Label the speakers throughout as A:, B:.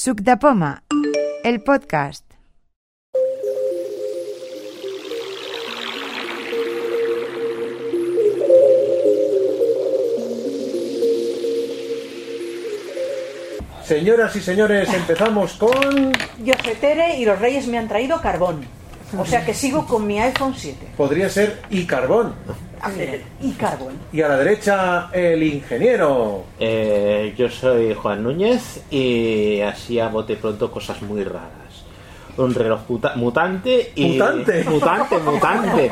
A: Suc de Poma, el podcast.
B: Señoras y señores, empezamos con...
C: Yo soy Tere y los reyes me han traído carbón. O sea que sigo con mi iPhone 7.
B: Podría ser y carbón.
C: Ah, mira, Y carbón.
B: Y a la derecha, el ingeniero.
D: Eh, yo soy Juan Núñez y así a bote pronto cosas muy raras. Un reloj puta- mutante y...
B: ¿Mutante?
D: Mutante, mutante.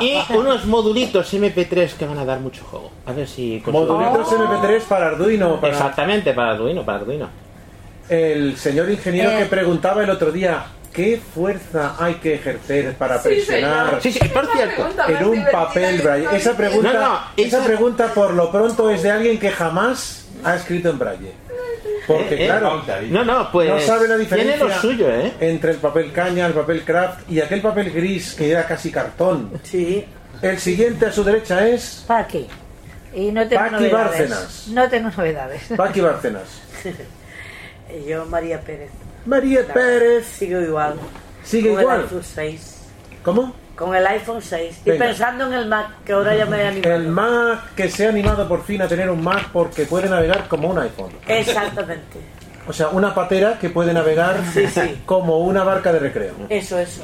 D: y unos modulitos MP3 que van a dar mucho juego. A ver si... consigo-
B: Modulitos MP3 para Arduino. para-
D: Exactamente, para Arduino, para Arduino.
B: El señor ingeniero
C: Eh.
B: que preguntaba el otro día, ¿qué fuerza hay que ejercer para presionar
D: Sí, sí, por cierto.
B: en un papel, Braille? Esa pregunta,
D: No, no,
B: esa...
D: esa-
B: pregunta por lo pronto es de alguien que jamás ha escrito en Braille. Porque
D: Eh, eh,
B: claro,
D: No, no, pues...
B: no sabe la diferencia
D: Tiene lo suyo, ¿eh?
B: entre el papel caña, el papel craft y aquel papel gris que era casi cartón.
C: Sí.
B: El siguiente a su derecha es
E: Paqui. Y no tengo
B: Paqui
E: novedades.
B: Bárcenas.
E: No tengo novedades.
B: Paqui Bárcenas.
F: Yo, María Pérez.
B: María Pérez
F: Sigo igual.
B: sigue
F: con El
B: igual.
F: iPhone 6.
B: ¿Cómo?
F: Con el iPhone 6.
B: Venga.
F: Y pensando en el Mac, que ahora ya me he animado.
B: El Mac que se ha animado por fin a tener un Mac porque puede navegar como un iPhone.
F: Exactamente.
B: O sea, una patera que puede navegar
F: Sí, sí.
B: como una barca de recreo.
F: Eso, eso.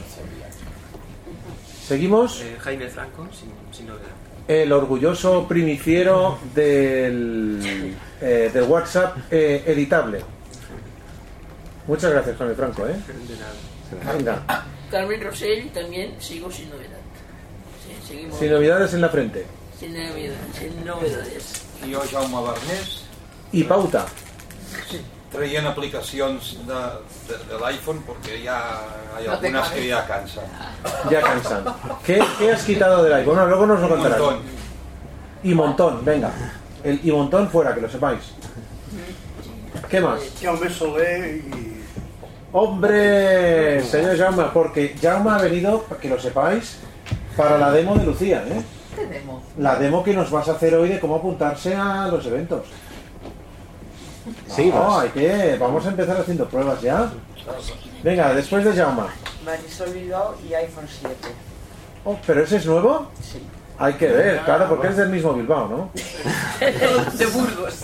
B: Seguimos
G: Eh, Jaime Franco, sin, sin novedad.
B: el orgulloso primiciero del, eh, del WhatsApp eh, editable. Muchas gracias, Jaime Franco, ¿eh?
G: De nada.
B: Venga,
H: Carmen Rosell también sigo sin novedad. Sí, seguimos
B: sin novedades en la frente.
H: sin novedad- sin novedades.
I: I jo, Jaume Bernés,
B: Y pauta.
I: traient aplicacions de, de, de l'iPhone perquè hi ha, hi ha
H: No te
I: algunes que
H: cabes.
I: ja cansen.
B: Ya cansan. ¿Qué, qué has quitado del iPhone? Bueno, luego nos lo
I: Un
B: contarás.
I: montón.
B: Y montón, venga. El y montón fuera, que lo sepáis. ¿Qué más?
J: Eh, Jaume Soler y
B: Hombre, señor Jaume, porque Jaume ha venido, que lo sepáis, para la demo de Lucía, ¿eh? La demo que nos vas a hacer hoy de cómo apuntarse a los eventos.
D: Sí,
B: no,
D: vas.
B: hay que. Vamos a empezar haciendo pruebas ya. Venga, después de Jaume.
F: Marisol Bilbao y iPhone 7.
B: Oh, ¿Pero ese es nuevo?
F: Sí.
B: Hay que ver,
K: Ah,
B: claro, porque es del mismo Bilbao, ¿no?
H: De Burgos.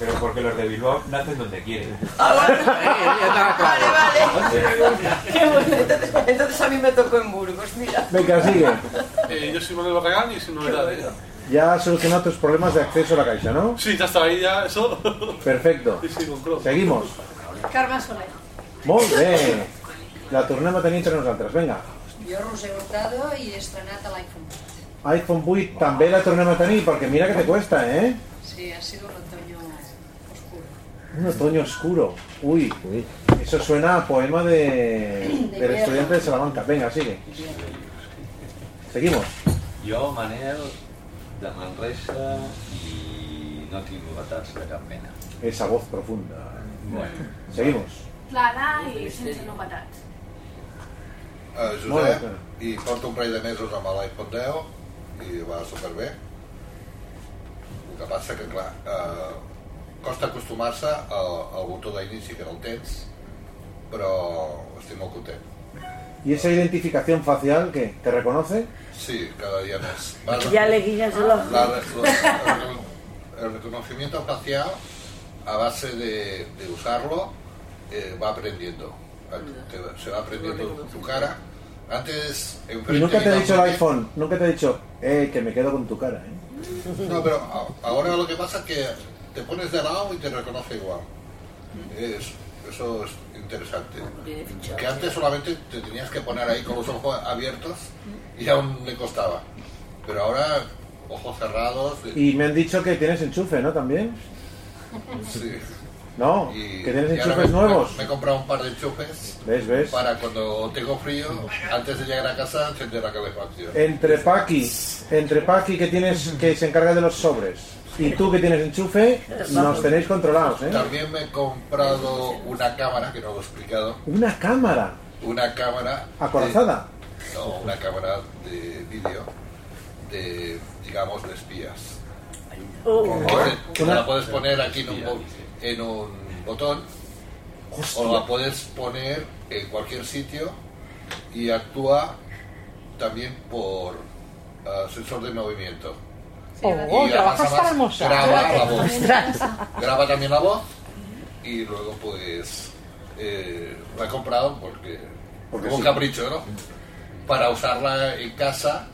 L: Pero porque los de Bilbao nacen donde quieren.
H: Vale, vale. Qué bueno. Entonces, entonces a mí me tocó en Burgos, mira.
B: Venga, sigue.
K: Eh, yo soy Manuel Barragán y sin novedades.
B: Ya has solucionado tus problemas de acceso a la caixa, ¿no?
K: Sí, ya estaba ahí, ya eso.
B: Perfecto.
K: Sí, sí, con Chrome.
B: Seguimos.
H: Carmen Soler.
B: Molt bé. La tornem a tenir entre nosaltres. Vinga.
H: Yo, Roser Hurtado y estrenada al iPhone.
B: iPhone 8 també la tornem a tenir, perquè mira que te cuesta, eh?
H: Sí, ha sido un otoño oscuro.
B: Un otoño oscuro. Uy,
D: Uy.
B: eso suena a poema de, del estudiante de Salamanca. Venga, sigue. Seguimos.
L: Jo, Manel, de Manresa i no tinc novetats de cap mena.
B: Esa voz profunda.
L: Bueno,
B: Seguimos.
H: Clara y sense novedades.
J: a
B: Molt
J: Eh, Josep
B: bé.
J: i porta un parell de mesos amb l'iPhone 10 i va superbé el que passa que clar eh, costa acostumar-se al, al botó d'inici que no el tens però estic molt content
B: ¿Y esa identificación facial que te reconoce?
J: sí, cada dia més Vas-
F: Ya le guiñas el ojo.
J: La- la- el, el reconocimiento facial a base de, de usarlo eh, va aprendiendo Te- se va aprendiendo tu cara antes
B: Y
J: enfrente
B: nunca te he
J: de
B: dicho el
J: la-
B: iPhone, nunca te he dicho, eh, que me quedo con tu cara, ¿eh?
J: no pero a- ahora lo que pasa es que te pones de lado y te reconoce igual Es- eso es interesante que antes solamente te tenías que poner ahí con los ojos abiertos y aún le costaba pero ahora ojos cerrados eh,
B: Y me han dicho que tienes enchufe, ¿no? También.
J: sí.
B: No,
J: Y-
B: que tienes
J: y ahora
B: enchufes
J: me-
B: nuevos.
J: Me, he comprado un par de enchufes
B: ¿Ves, ves?
J: para cuando tengo frío, antes de llegar a casa, encender la calefacción.
B: Entre Paqui, entre Paqui que tienes que se encarga de los sobres y tú que tienes enchufe, nos tenéis controlados, ¿eh?
J: También me he comprado una cámara, que no lo he explicado,
B: Una cámara
J: una cámara... de-
B: acorazada.
J: no, una cámara de vídeo, de, digamos, de espías.
F: Uh,
J: Con-
C: Oh.
B: Una-
J: la puedes poner aquí en un, bo- en un botón, o la puedes poner en cualquier sitio y actúa también por ah, sensor de movimiento.
C: Oh,
J: Y
C: trabajas
J: avanza más,
C: para hermosa.
J: Graba la voz.
C: Ostras.
J: Graba también la voz y luego pues eh, la he comprado porque,
I: Porque
J: como un
I: sí.
J: capricho, ¿no? Para usarla en casa,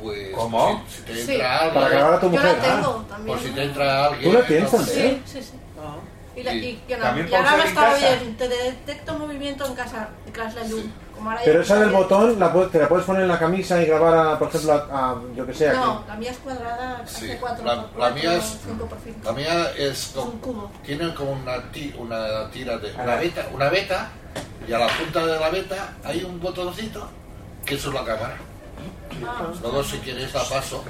J: pues
I: ¿Cómo?
J: si, si te
M: Sí.
J: entra alguien,
B: Para grabar a tu
M: Yo la
B: mujer.
M: tengo
J: ah,
M: también.
J: por si te entra alguien.
B: ¿Tú la tienes
J: no sé.
M: Sí, sí, sí.
H: Ah.
M: Y, la, y, y, ahora-
J: También
M: y ahora
J: puedo
M: me
J: ser en
M: está
J: casa.
M: bien, te detecto movimiento en casa, en Clash Landum. Como ahora ya-
B: Pero esa del botón la pu- te la puedes poner en la camisa y grabar, a, por ejemplo, a, a- yo que sé, aquí.
M: No, la mía es cuadrada,
J: Sí,
M: hace 4
J: la- la mía es-
M: 5 por 5.
J: La mía es como- tiene como una, ti- una tira de una beta, una beta y a la punta de la beta hay un botoncito que eso es la cámara.
M: Ah.
J: Luego si quieres la paso.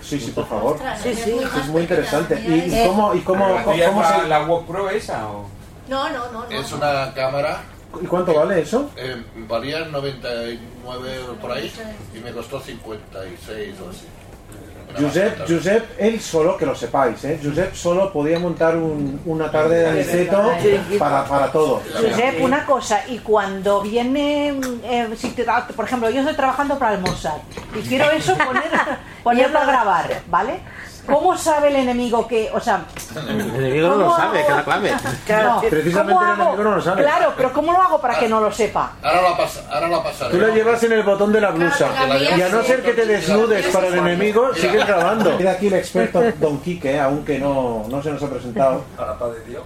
B: Sí, sí, por favor.
M: Sí, sí.
B: Es muy interesante. ¿Y, y
M: Eh.
B: cómo, y cómo,
I: ¿La tuya
B: cómo
I: es la-
B: se-
I: la Web Pro esa o...?
M: No, no, no, no.
J: Es una cámara,
B: ¿Y cuánto vale eso?
J: eh, valía 99 euros por ahí y me costó 56 o así. Una
B: Josep,
J: barata.
B: Josep, él solo, que lo sepáis, ¿eh? Josep solo podía montar un- una tarde de aniceto para, para todo.
C: Josep, una cosa, y cuando viene, eh, si te da- por ejemplo, yo estoy trabajando para almorzar y quiero eso poner, ponerlo a grabar, ¿vale? ¿Cómo sabe el enemigo que, o sea,
D: El enemigo no lo sabe, que la clave.
C: no, ¿cómo hago? Claro, pero ¿cómo lo hago para que no lo sepa?
J: Ahora la, pas ahora la pasaré.
B: Tú lo llevas en el botón de la blusa.
J: Claro, la mía
B: Y a no
J: sí.
B: ser que te desnudes para el enemigo,
J: Mira.
B: sigues grabando. Queda aquí el experto Don Quique, ¿eh? aunque no, no se nos ha presentado.
N: A la paz de Dios.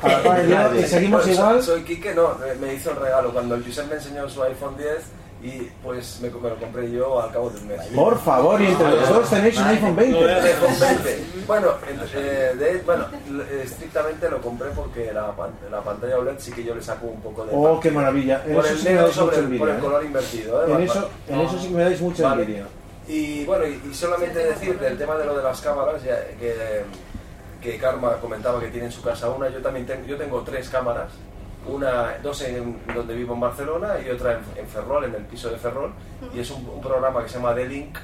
B: A la paz de Dios, y seguimos
N: Soy-
B: igual.
N: Soy Quique, no, me- me hizo el regalo cuando el Josep me enseñó su iPhone 10 y pues me, me lo compré yo al cabo de un mes.
B: Por favor, y entre los dos tenéis un iPhone 20.
N: Un iPhone 20. Bueno, entre- eh, de- bueno, l- estrictamente lo compré porque la, pan- la pantalla OLED sí que yo le saco un poco de...
B: Oh, qué maravilla. En
N: Por
B: eso
N: el
B: sí me
N: dedo
B: dais
N: sobre
B: mucha
N: el, por el
B: envidia.
N: color invertido. ¿eh?
B: En
N: Vale,
B: eso, en
N: vale.
B: eso sí que me dais mucha
N: Vale.
B: envidia.
N: Y bueno, y, y solamente decir del tema de lo de las cámaras, ya que, que Karma comentaba que tiene en su casa una, yo también tengo, yo tengo tres cámaras, una, dos en donde vivo en Barcelona y otra en, en Ferrol, en el piso de Ferrol, y es un, un programa que se llama The Link,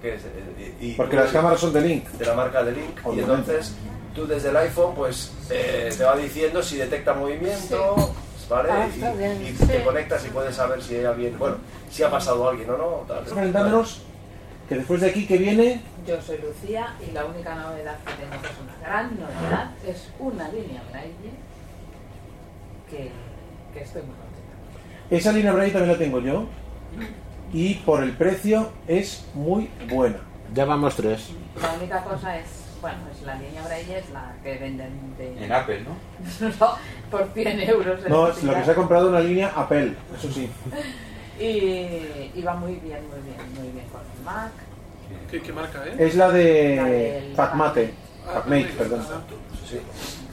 N: que es, eh, y- y-
B: Porque las cámaras son de Link.
N: de la marca de Link y
B: Obviamente.
N: entonces tú desde el iPhone pues eh, te va diciendo si detecta movimiento, ¿vale?
B: Ah,
N: Y-
B: está bien.
N: y, te conectas y puedes saber si hay alguien, bueno, si ha pasado alguien o no. tal.
B: Comentándonos que después de aquí que viene
O: Yo soy Lucía y la única novedad que tengo, que es una gran novedad, es una línea braille que, que estoy muy contenta.
B: Esa línea Braille también la tengo yo. Y por el precio es muy buena.
D: Ya vamos tres.
O: La única cosa es, bueno, es la línea braille es la que venden de...
D: En Apple, ¿no?
O: No, por 100 euros. en
B: No,
O: la
B: lo que se ha comprado una línea Apple, eso sí.
O: Y, y va muy bien, muy bien, muy bien con el Mac.
K: ¿Qué, qué marca, eh?
B: Es la
O: La
B: de
O: del-
B: Facmate. Facmate, perdón.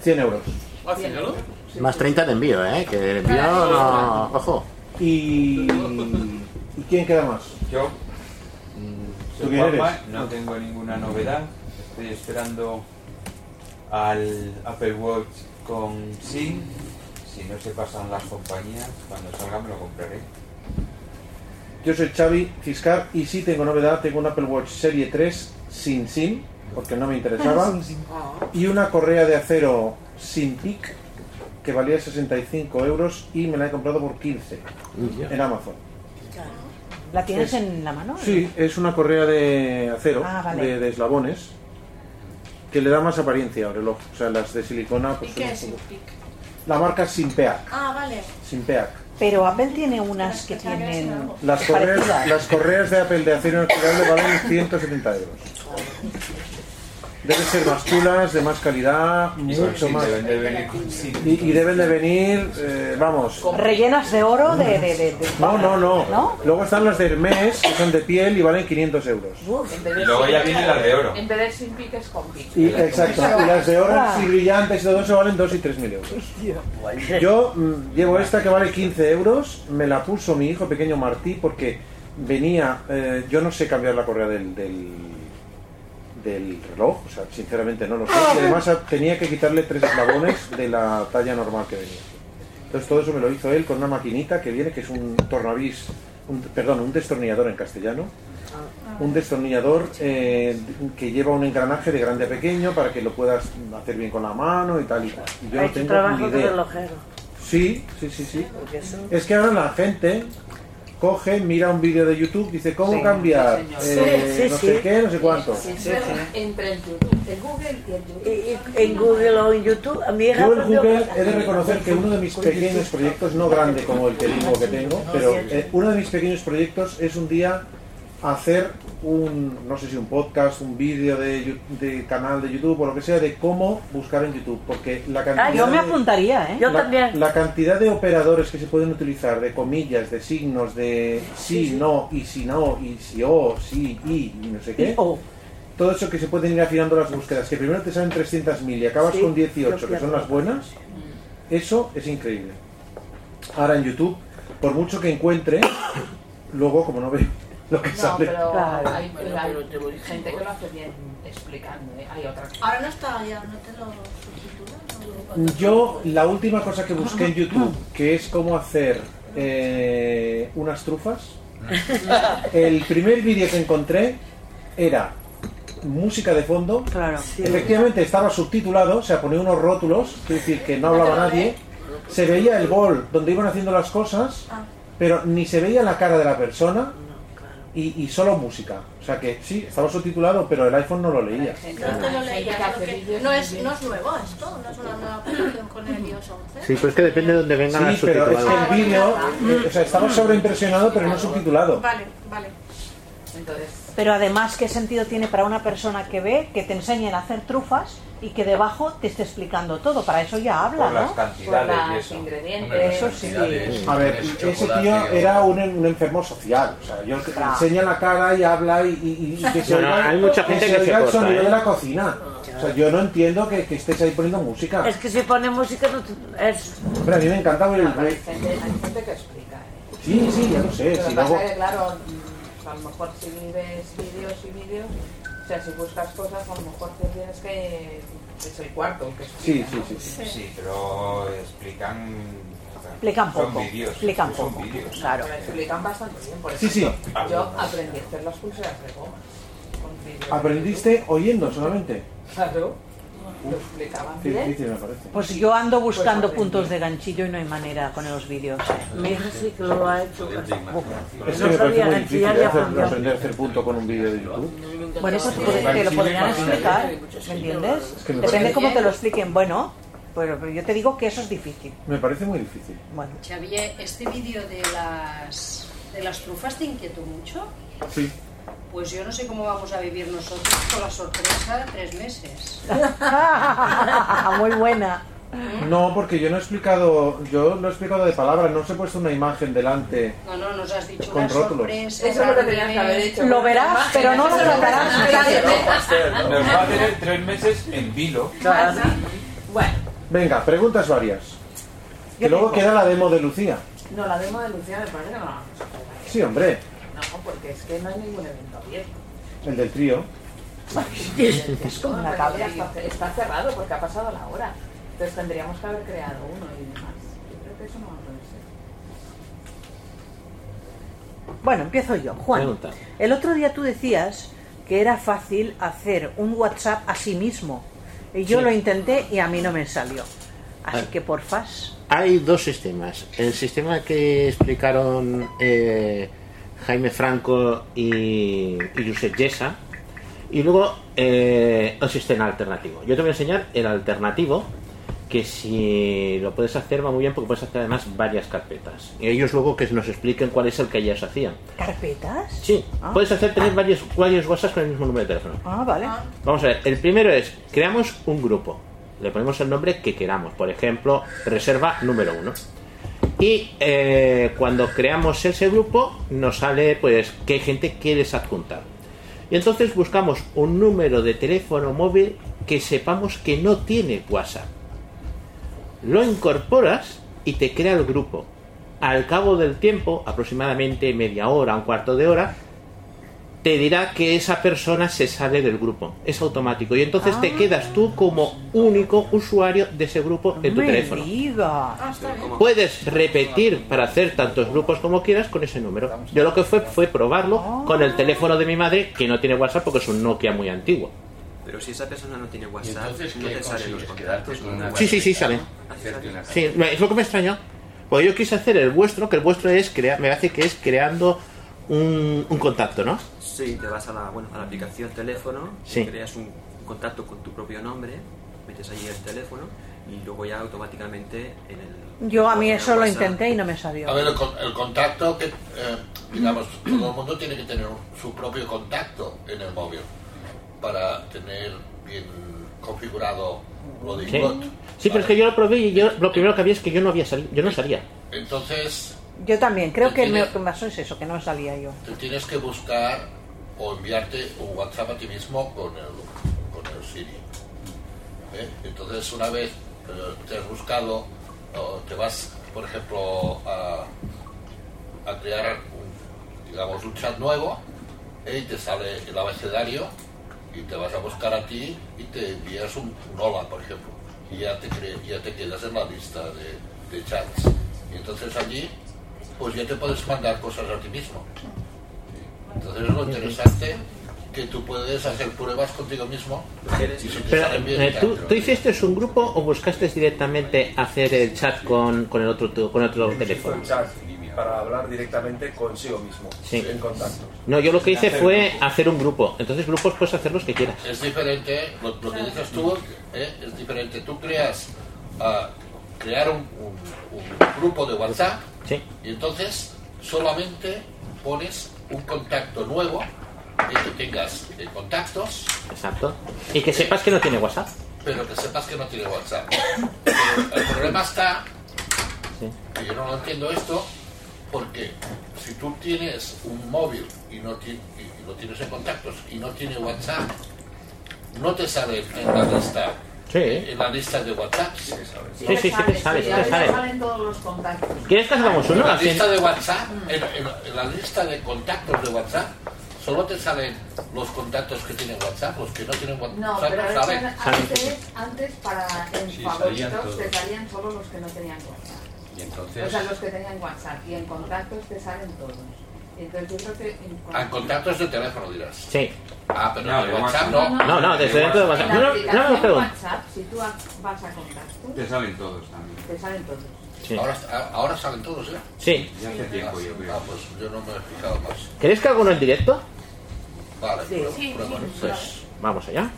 B: 100 euros.
K: Ah, sí, ¿no?
D: Más 30 de envío, ¿eh? Que el envío no. Ojo.
B: Y. ¿Y quién queda más?
G: Yo.
B: ¿Tú
N: mm,
G: Soy
B: quién eres?
G: Juanma, No tengo ninguna novedad. Estoy esperando al Apple Watch con SIM. Si no se pasan las compañías, cuando salga me lo compraré.
B: Yo soy Xavi Fiscar y sí tengo novedad, tengo un Apple Watch Serie 3 sin SIM, porque no me
M: Ah,
B: interesaba, y una correa de acero sin PIC que valía 65 euros y me la he comprado por 15 en Amazon.
C: ¿La tienes en la mano?
B: Sí, es una correa de acero,
C: Ah, vale.
B: de, de eslabones, que le da más apariencia al reloj. O sea, las de silicona,
M: ¿Y
B: pues son
M: qué
B: un
M: es un
B: poco-
M: pic?
B: La marca Simpeac,
M: Ah, vale.
B: Simpeac.
C: Pero Apple tiene unas que tienen
B: Las correas,
C: parecidas.
B: las correas de Apple de acero inoxidable valen 170 euros. Deben ser más chulas, de más calidad, mucho
G: sí,
B: más.
G: deben de venir con SIM.
B: Y, y deben de venir, eh, vamos.
C: rellenas de oro de... de, de- de-
B: No, no, no,
C: ¿No?
B: Luego están las de Hermes, que son de piel y valen 500 euros.
O: En vez
G: Y luego
O: sin-
G: ya viene la de oro.
O: En vez de sin pic es con pic.
B: Y, exacto, y las de oro y brillantes y todo eso valen 2 y 3 mil euros. Yo mm, llevo esta que vale 15 euros, me la puso mi hijo pequeño Martí porque venía, eh, yo no sé cambiar la correa del, del, del reloj, o sea, sinceramente no lo sé, y además a- tenía que quitarle tres eslabones de la talla normal que venía. Entonces todo eso me lo hizo él con una maquinita que viene, que es un tornavís, un- perdón, un destornillador en castellano, un destornillador eh, que lleva un engranaje de grande a pequeño para que lo puedas hacer bien con la mano y tal y cual. Y Yo no
F: Ha hecho
B: tengo
F: trabajo
B: ni
F: de
B: idea.
F: relojero.
B: Sí, sí, sí, sí.
F: Porque eso...
B: Es que ahora la gente coge, mira un vídeo de YouTube, dice cómo
F: Sí,
B: cambiar
F: sí, señor.
B: eh,
F: Sí, sí,
B: no
F: sí.
B: sé qué, no sé cuánto.
O: Entre el YouTube, el Google y el YouTube.
F: En Google o en YouTube, a mi hija...
B: Yo el
F: aprendió-
B: Google he de reconocer que uno de mis pequeños proyectos, no grande como el que digo que tengo, pero eh, uno de mis pequeños proyectos es un día hacer un, no sé si un podcast, un vídeo de, Yu- de canal de YouTube o lo que sea, de cómo buscar en YouTube, porque la cantidad
C: Ah, yo me
B: de-
C: apuntaría, ¿eh?
B: la, la cantidad de operadores que se pueden utilizar, de comillas, de signos, de sí, no, y si no, y si o, sí, y, y no sé qué. Todo eso que se pueden ir afinando las búsquedas, que primero te salen 300.000 y acabas
P: Sí,
B: con
P: yo
B: 18,
P: fui
B: que
P: a
B: son
P: probar.
B: las buenas, eso es increíble. Ahora en YouTube, por mucho que encuentre, luego como no veo lo que
O: No,
B: sale.
O: pero hay, pero hay gente que lo hace bien explicando, ¿eh? Hay otra
M: Ahora no está ya, no te lo subtitula. ¿no?
B: Yo, la última cosa que busqué en YouTube, que es cómo hacer eh, unas trufas, el primer vídeo que encontré era música de fondo. Efectivamente estaba subtitulado, o sea, ponía unos rótulos, es decir, que no hablaba nadie. Se veía el bol donde iban haciendo las cosas, pero ni se veía la cara de la persona y, y solo música. O sea que sí, estaba subtitulado, pero el iPhone no lo leía.
M: No te lo leía, porque no es, no es nuevo esto, no es una nueva aplicación con el iOS 11.
D: Sí, pero es que depende de dónde vengan las
B: Sí, pero es
D: subtituladas.
B: que el vídeo, eh, o sea, estaba sobreimpresionado, pero no subtitulado.
M: Vale, vale.
O: Entonces,
C: Pero además, ¿qué sentido tiene para una persona que ve que te enseñen a hacer trufas y que debajo te esté explicando todo? Para eso ya habla,
G: Por
C: ¿no?
G: las cantidades
O: Por
G: y
O: las
G: eso.
O: ingredientes.
G: Hombre, las
C: Eso sí.
G: cantidades.
B: A ver,
G: Tres
B: ese tío
G: chocolates.
B: era un, un enfermo social. O sea, yo que
G: Claro.
B: enseña la cara y habla y, y- y que se
D: No, no,
B: oiga,
D: hay mucha gente que se
B: oiga
D: corta,
B: el sonido
D: ¿eh?
B: de la cocina. O sea, yo no entiendo que, que estés ahí poniendo música.
F: Es que si pone música no te- es...
B: Hombre, a mí me encanta oír el
O: hay gente, hay gente que explica, ¿eh?
B: Sí, sí, ya lo sé.
O: Pero
B: Si
O: pasa
B: luego...
O: que, claro, mm, a lo mejor si ves vídeos y vídeos, o sea, si buscas cosas, a lo mejor te tienes que... Es el cuarto el que
B: Sí,
O: explica,
B: sí,
O: ¿no?
B: sí. sí.
G: Sí, pero explican.
C: Explican
G: son
C: poco,
G: vídeos,
C: explican
G: son
C: poco,
G: vídeos.
C: claro.
O: Pero explican bastante bien, por
B: Sí,
O: ejemplo,
B: sí.
O: yo aprendí a hacer las pulseras de goma. con vídeos.
B: Aprendiste oyendo solamente.
O: Claro, lo explicaban
B: Qué
O: bien.
B: difícil me parece.
C: Pues yo ando buscando
O: Pues aprendí.
C: puntos de ganchillo y no hay manera con los vídeos.
F: Mi hija sí que lo ha hecho.
B: Es que
F: No
B: me parece
F: sabía
B: muy difícil
F: ganchillar y
B: hacer-
F: aprendió.
B: aprender a hacer punto con un vídeo de YouTube.
C: Bueno, eso te, pod- te lo podrían explicar, ¿me entiendes?
B: Es que me
C: Depende
B: parece-
C: cómo te lo expliquen. Bueno, pero pero yo te digo que eso es difícil.
B: Me parece muy difícil.
C: Bueno,
Q: Xavier, este vídeo de las, de las trufas te inquietó mucho.
B: Sí.
Q: Pues yo no sé cómo vamos a vivir nosotros con la sorpresa de tres meses.
F: Ah,
C: muy buena.
O: ¿Eh?
B: No, porque yo no he explicado, yo lo he explicado de palabra, no os he puesto una imagen delante.
Q: No, no, nos has dicho
B: Con
Q: una
B: rótulos.
Q: sorpresa.
O: Eso es lo que tenías que haber hecho. Lo verás,
Q: Imagínate,
C: pero no lo
Q: eso es que
C: sabrás.
Q: tenías que haber hecho.
G: Nos va a tener tres meses en vilo.
O: Ah, Bueno,
B: Venga, preguntas varias. Que luego queda la demo de Lucía.
O: no, la demo de Lucía me parece que no la vamos a hacer.
B: Sí, hombre,
O: No, porque es que no hay ningún evento abierto.
B: el del trío.
O: Es como una cabra. Está, está cerrado porque ha pasado la hora. Entonces tendríamos que haber creado uno y demás. Yo creo que eso no va a poder ser.
C: Bueno, empiezo yo. Juan,
D: Pregunta.
C: el otro día tú decías que era fácil hacer un WhatsApp a sí mismo. Y yo
D: Sí.
C: lo intenté y a mí no me salió. Así que porfas.
D: Hay dos sistemas. El sistema que explicaron eh, Jaime Franco y, y Josep Yesa. Y luego eh, el sistema alternativo. Yo te voy a enseñar el alternativo, que si lo puedes hacer va muy bien porque puedes hacer además varias carpetas. Y ellos luego que nos expliquen cuál es el que ellas hacían.
C: ¿Carpetas?
D: Sí,
C: Ah.
D: puedes hacer tener varios, varios WhatsApp con el mismo número de teléfono.
C: Ah, vale.
D: Vamos a ver, el primero es, creamos un grupo. Le ponemos el nombre que queramos. Por ejemplo, reserva número uno. Y eh, cuando creamos ese grupo, nos sale pues qué gente quieres adjuntar. Y entonces buscamos un número de teléfono móvil que sepamos que no tiene WhatsApp. Lo incorporas y te crea el grupo. Al cabo del tiempo, aproximadamente media hora, un cuarto de hora, te dirá que esa persona se sale del grupo. Es automático. Y entonces te quedas tú como único usuario de ese grupo en tu
C: me
D: teléfono.
C: digas.
D: Puedes repetir para hacer tantos grupos como quieras con ese número. Yo lo que fue fue probarlo con el teléfono de mi madre, que no tiene WhatsApp porque es un Nokia muy antiguo.
P: Pero si esa persona no tiene WhatsApp, no te salen los contactos.
D: Sí, sí, sí, salen. Sí, es lo que me extrañó. Porque yo quise hacer el vuestro, que el vuestro es crea me hace que es creando un, un contacto, ¿no?
P: Sí, te vas a la, bueno, a la aplicación teléfono,
D: Sí.
P: creas un un contacto con tu propio nombre, metes allí el teléfono y luego ya automáticamente en el...
C: Yo a mí
P: en el
C: eso lo
P: WhatsApp.
C: intenté y no me salió.
J: A ver, el, con- el contacto que, eh, digamos, todo el mundo tiene que tener un- su propio contacto en el móvil para tener bien configurado lo de
D: Sí,
J: inglot.
D: Sí, pero es que yo lo probé y yo lo primero que había es que yo no había salido, yo no salía.
J: Entonces,
C: Yo también, creo que lo que me pasó es eso, que no salía yo.
J: te tienes que buscar o enviarte un WhatsApp a ti mismo con el, con el Siri. ¿Eh? Entonces, una vez eh, te has buscado, o te vas, por ejemplo, a, a crear, un, digamos, un chat nuevo ¿eh? y te sale el abecedario y te vas a buscar a ti y te envías un, un hola, por ejemplo, y ya te, cre- ya te quedas en la lista de, de chats. Y entonces allí, pues ya te puedes mandar cosas a ti mismo. Entonces es lo interesante que tú puedes hacer pruebas contigo mismo y si te
D: Pero,
J: salen bien,
D: eh,
J: ya
D: ¿tú,
J: te-
D: tú hiciste un grupo o buscaste directamente hacer el chat con, con el otro tu- con otro
N: Hizo
D: teléfono?
N: el chat para hablar directamente consigo mismo,
D: Sí.
N: en contacto.
D: No, yo lo que hice fue hacer un grupo. Entonces grupos puedes hacer los que quieras.
J: Es diferente, lo, lo que dices tú eh, es diferente. Tú creas, ah, crear un, un- un grupo de WhatsApp
D: Sí.
J: y entonces solamente pones un contacto nuevo y que tengas eh, contactos,
D: Exacto. Y que sepas que no tiene WhatsApp.
J: pero que sepas que no tiene WhatsApp. Pero el problema está,
D: Sí.
J: que yo no lo entiendo esto, porque si tú tienes un móvil y no ti- y- y lo tienes en contactos y no tiene WhatsApp, no te sale en la lista
D: Sí.
J: en la lista de WhatsApp. Sí,
D: Sí, sí, sí que sabes, sí que sabes.
O: salen todos los contactos.
D: ¿Quieres que hagamos
J: En
D: uno?
J: la
D: Así-
J: lista de WhatsApp, en, en- en la lista de contactos de WhatsApp, solo te salen los contactos que tienen WhatsApp, los que no tienen WhatsApp
O: No,
J: no,
O: pero ahora
J: saben.
O: ya antes, antes para en
J: Sí, salían
O: favoritos
J: todos.
O: te salían solo los que no tenían WhatsApp.
J: Y
O: O
J: entonces,
O: sea, los que tenían WhatsApp y en contactos te salen todos. Entonces yo creo que en
J: a contactos de teléfono dirás.
D: Sí.
J: Ah, pero
D: No,
J: en
D: de
J: WhatsApp
D: WhatsApp.
J: no.
D: No, no, desde dentro de WhatsApp.
O: la
D: No, no, no me lo
O: aplicación
D: creo.
O: WhatsApp, si tú a- vas a contactos,
G: Te salen todos también.
O: te salen todos.
D: Sí.
J: Ahora, ahora salen todos, ¿eh?
D: Sí.
G: Ya hace tiempo yo creo.
J: Ah, pues yo no me he fijado más.
D: ¿Queréis que haga uno en directo?
J: Vale,
F: Sí.
J: prueba,
F: Sí,
J: prueba.
F: sí,
D: Pues vamos allá.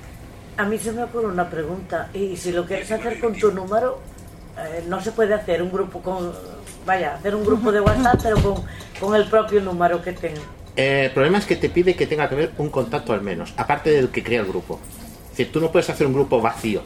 F: A mí se me ocurre una pregunta. Y si lo quieres hacer con tu número, eh, no se puede hacer un grupo con. Vaya, hacer un grupo de WhatsApp, pero con, con el propio número que tengo.
D: Eh, el problema es que te pide que tenga que haber un contacto al menos, aparte del que crea el grupo. Es decir, tú no puedes hacer un grupo vacío.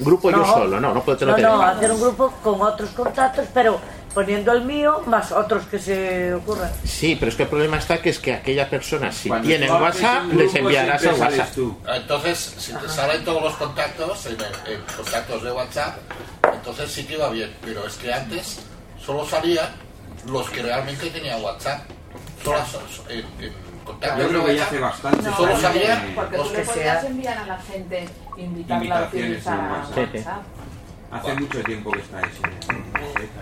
D: Grupo Pues yo
F: No.
D: solo, no, no puedo te lo
F: No,
D: tener.
F: no, hacer un grupo con otros contactos, pero poniendo el mío más otros que se ocurran.
D: Sí, pero es que el problema está que es que aquella persona, si
J: Cuando
D: tienen
J: tú abres
D: WhatsApp,
J: un grupo,
D: les enviarás al
J: siempre sales
D: WhatsApp.
J: tú. Ah, Entonces, si te salen todos los contactos en, el- en contactos de WhatsApp, entonces sí que iba bien. Pero es que antes solo salían los que realmente tenían WhatsApp. Solo so- en, en contactos
G: Yo
J: de
G: creo que ya
J: WhatsApp.
G: hace bastante.
J: Solo
G: No,
J: salían
O: Porque
J: los
O: tú le
J: Pues que
O: podías
J: sean.
O: enviar a la gente, invitarla a
G: Invitaciones en
O: utilizar
G: WhatsApp.
O: WhatsApp.
G: Hace mucho tiempo que está eso.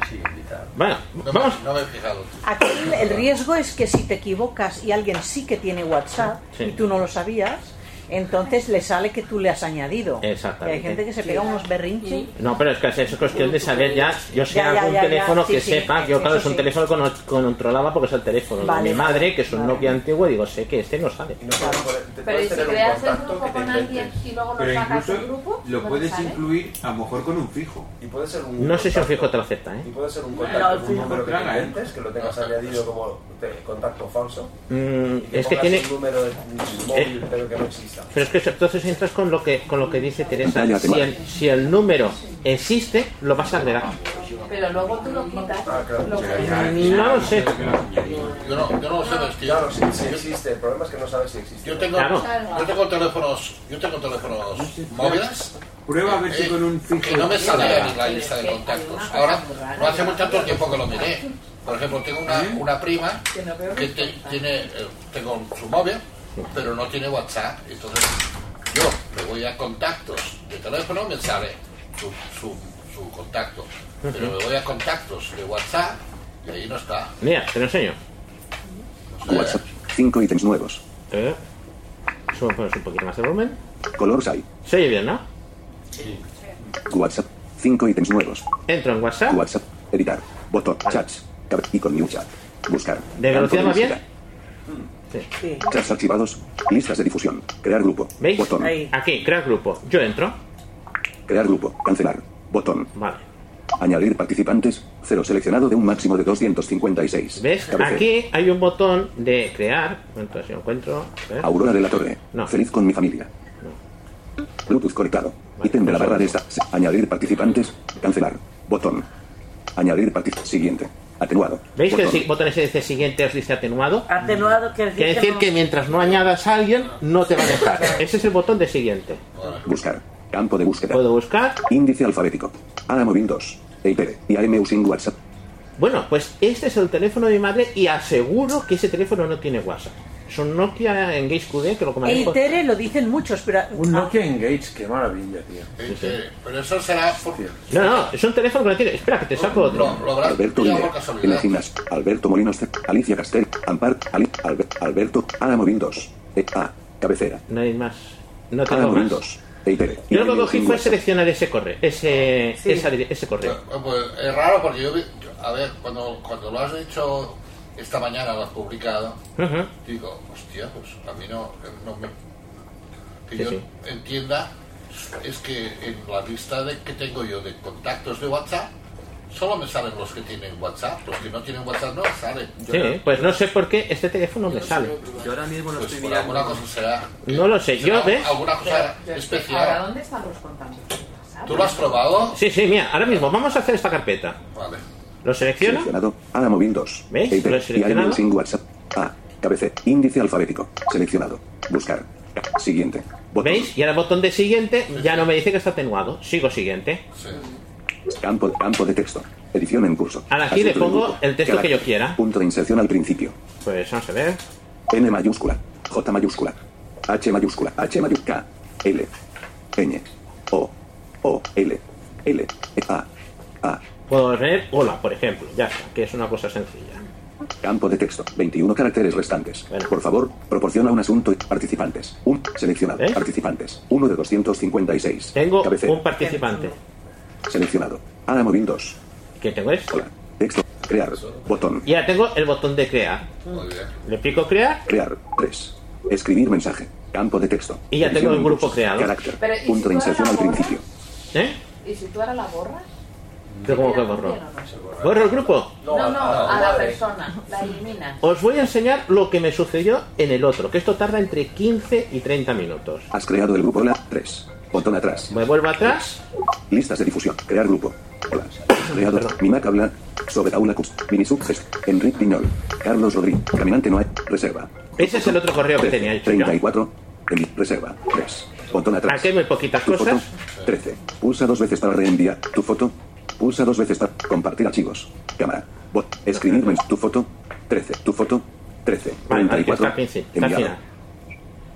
G: Así, invitar.
D: Bueno,
G: vamos.
J: No me he fijado.
C: Aquí el riesgo es que si te equivocas y alguien sí que tiene WhatsApp
D: Sí.
C: y tú no lo sabías, entonces le sale que tú le has añadido. Y hay
D: Exactamente.
C: gente que se pega unos berrinches.
D: No, pero es que eso es cuestión de saber ya. Yo sé
C: Ya, ya,
D: algún
C: ya, ya.
D: teléfono
C: Sí,
D: que
C: sí.
D: sepa. Yo, claro,
C: Eso
D: es un
C: sí.
D: teléfono que no- que no controlaba porque es el teléfono
O: Vale.
D: de mi madre, que es un
O: Vale.
D: Nokia antiguo, y digo, sé que este no sale.
O: Pero ¿y si creas el grupo con alguien y luego
G: Pero
O: lo sacas
G: incluso
O: del grupo,
G: lo
O: ¿no te
G: puedes
O: sale?
G: incluir a lo mejor con un fijo. Y puede ser un
D: No sé si un fijo te lo acepta, ¿eh?
N: Y puede ser un
G: No, al
N: contacto,
G: fin.
N: un número que te
G: Claro, ¿eh?
N: inventes, que lo tengas añadido como te- contacto falso.
D: Mm,
N: y
D: es que
N: pongas
D: tiene. Eh.
N: un número de móvil, pero que no exista.
D: Pero es que entonces entras con lo que con lo que dice Teresa.
N: Cállate.
D: Si el, si el número existe, lo vas a agregar.
O: Pero luego tú lo quitas.
J: Ah,
O: lo
D: No lo sé.
J: Yo no, yo no lo sé vestir.
N: Claro, sí, sí existe. El problema es que no sabes si existe.
J: Yo tengo,
N: Claro.
J: yo tengo teléfonos, yo tengo teléfonos móviles. Eh,
G: Prueba a ver si con un fijo.
J: que no me salía ni la lista de contactos. Ahora, no hace mucho tiempo que lo miré. Por ejemplo, eh, tengo una, una prima que te- tiene, eh, tengo su móvil pero no tiene WhatsApp. Entonces yo me voy a contactos de teléfono, me sale su, su, su contacto. Pero me voy a contactos de WhatsApp y ahí no está.
D: Mira, te lo enseño.
R: WhatsApp. 5 ítems nuevos.
D: Eh, solo pones pues, un poquito más de volumen.
R: Color Sai.
D: Se oye bien, ¿no?
R: WhatsApp. 5 ítems nuevos.
D: Entro en WhatsApp.
R: WhatsApp. Editar. Botón. Chats. Tab. Icon New Chat. Buscar.
D: ¿De velocidad
R: Campo
D: más bien?
R: música. Chats archivados. Listas de difusión. Crear grupo.
D: ¿Veis?
R: Botón.
D: Aquí, crear grupo. Yo entro.
R: Crear grupo. Cancelar. Botón.
D: Vale.
R: Añadir participantes. Cero seleccionado de un máximo de 256.
D: ¿Ves?
R: Cabecera.
D: Aquí hay un botón de crear. Entonces yo encuentro. a ver.
R: Aurora de la Torre.
D: ¿Eh? No.
R: Feliz con mi familia. Bluetooth conectado. Ítem
D: Pues
R: de la barra de esta. Se- Añadir participantes. Cancelar. Botón. Añadir participantes. Siguiente. Atenuado.
D: ¿Veis que el
R: Botón.
D: si- botón ese dice siguiente os dice atenuado?
F: Atenuado que
D: Quiere decir que mientras no añadas a alguien, no te va a dejar. Ese es el botón de siguiente.
R: Buscar. Campo de búsqueda.
D: Puedo buscar.
R: Índice alfabético. Ana E Movil 2. EIPD. Y AM using WhatsApp.
D: Bueno, pues este es el teléfono de mi madre y aseguro que ese teléfono no tiene WhatsApp. Es un Nokia Engage QD que lo
C: El
D: comandaste.
C: Tere lo dicen muchos, pero.
F: Ah.
B: Un Nokia Engage, qué maravilla, tío.
J: Pero eso será por...
D: No, no, es un teléfono que no tiene. Espera, que te saco otro.
R: Alberto
D: pillado
R: Linde.
D: por casualidad.
R: En las gimnas. Alberto Molinos. Alicia Castel. Ampar. Ali- Albe- Alberto. Ana Movil 2. E A. Cabecera.
D: No hay más. Ah, No
R: Ana
D: tengo
R: Movil
D: más.
R: 2. EIPD. y
D: Yo lo que
R: AM
D: cogí
R: using
D: fue
R: WhatsApp.
D: seleccionar ese correo. Ese, esa dire- ese correo.
J: Eh, pues, es raro porque yo, vi- yo- a ver, cuando, cuando lo has hecho esta mañana, lo has publicado,
D: Ujú.
J: digo, hostia, pues a mí no, no me... Que
D: Sí,
J: yo
D: sí.
J: entienda es que en la lista de, que tengo yo de contactos de WhatsApp, solo me salen los que tienen WhatsApp, los que no tienen WhatsApp no salen.
D: Sí, pues no sé por qué este teléfono me sale.
J: Yo ahora mismo no estoy mirando. Alguna cosa será.
D: No lo sé. Yo,
J: será
D: ¿ves?
J: Alguna cosa
O: Ahora,
J: especial.
O: ¿dónde están los contactos?
J: ¿Tú lo has probado?
D: Sí, sí, mira, ahora mismo vamos a hacer esta carpeta.
J: Vale.
D: Lo selecciono.
R: Seleccionado. Ana Movil 2.
D: ¿Veis?
R: EIPD. E Y
D: Lo he
R: AM
D: seleccionado.
R: using WhatsApp. A. Cabecera. Índice alfabético. Seleccionado. Buscar. Siguiente.
D: ¿Veis? Y ahora el botón de siguiente ya no me dice que está atenuado. Sigo siguiente.
R: Campo, campo de texto. Edición en curso.
D: Ahora aquí le
R: Asunto del
D: pongo
R: grupo.
D: el texto que yo quiera.
R: Punto de inserción al principio.
D: Pues vamos a ver.
R: N mayúscula. J mayúscula. H mayúscula. H mayúscula. K. L. Ñ. O. O. L. L. E, A.
D: Puedo poner hola, por ejemplo. Ya está, que es una cosa sencilla.
R: Campo de texto. 21 caracteres restantes. Por favor, proporciona un asunto y participantes. Un seleccionado. Participantes. Uno de 256.
D: ¿Eh? Tengo
R: Cabecera.
D: un participante.
R: Seleccionado. Ana Movil 2.
D: ¿Qué tengo es?
R: Hola. Texto. Crear. Botón.
D: Y ahora tengo el botón de crear. Le pico crear.
R: Crear. 3. Escribir mensaje. Campo de texto.
D: Y ya tengo
R: Edición
D: el
R: en
D: grupo
R: curso.
D: creado.
R: Carácter.
O: Pero, ¿y si
R: Punto de
O: tú ahora
R: inserción al
O: borras?
R: principio.
D: ¿Eh?
O: ¿Y si tú ahora la borras?
D: ¿Pero cómo que borro? ¿Borro el grupo?
O: No, no, a la
D: madre.
O: persona, la eliminas.
D: Os voy a enseñar lo que me sucedió en el otro, que esto tarda entre 15 y 30 minutos.
R: Has creado el grupo Hola 3. Botón atrás.
D: Me vuelvo atrás.
R: Listas de difusión. Crear grupo. Hola. Creado. Mi Mac habla. Sobre Aula Cus. Minisubgest. Enrique Piñol. Carlos Rodríguez. Caminante Noé. Reserva.
D: Ese es el otro correo que tenía hecho yo.
R: 34. Envi- Reserva. 3. Botón atrás.
D: Aquí hay muy poquitas
R: Tu
D: cosas.
R: foto. 13. Pulsa dos veces para reenviar tu foto. Pulsa dos veces para compartir archivos. Cámara. Bot. Escribir mens- tu foto. 13. Tu foto. 13.
D: Vale, vale,
R: 34.
D: está al principio, está al
R: enviado.
D: final.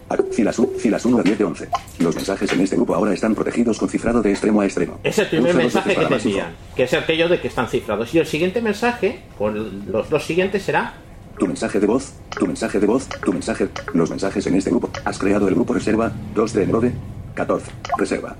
R: Ac- Filas, u- filas 1 a 10 de 11. Los mensajes en este grupo ahora están protegidos con cifrado de extremo a extremo.
D: Es el primer
R: Pulsa dos
D: mensaje
R: veces
D: que
R: para
D: te
R: más info.
D: envían, que es aquello de que están cifrados. Y el siguiente mensaje, con los dos siguientes, será
R: Tu mensaje de voz, tu mensaje de voz, tu mensaje, los mensajes en este grupo. Has creado el grupo reserva, 2 de enero de 14, reserva,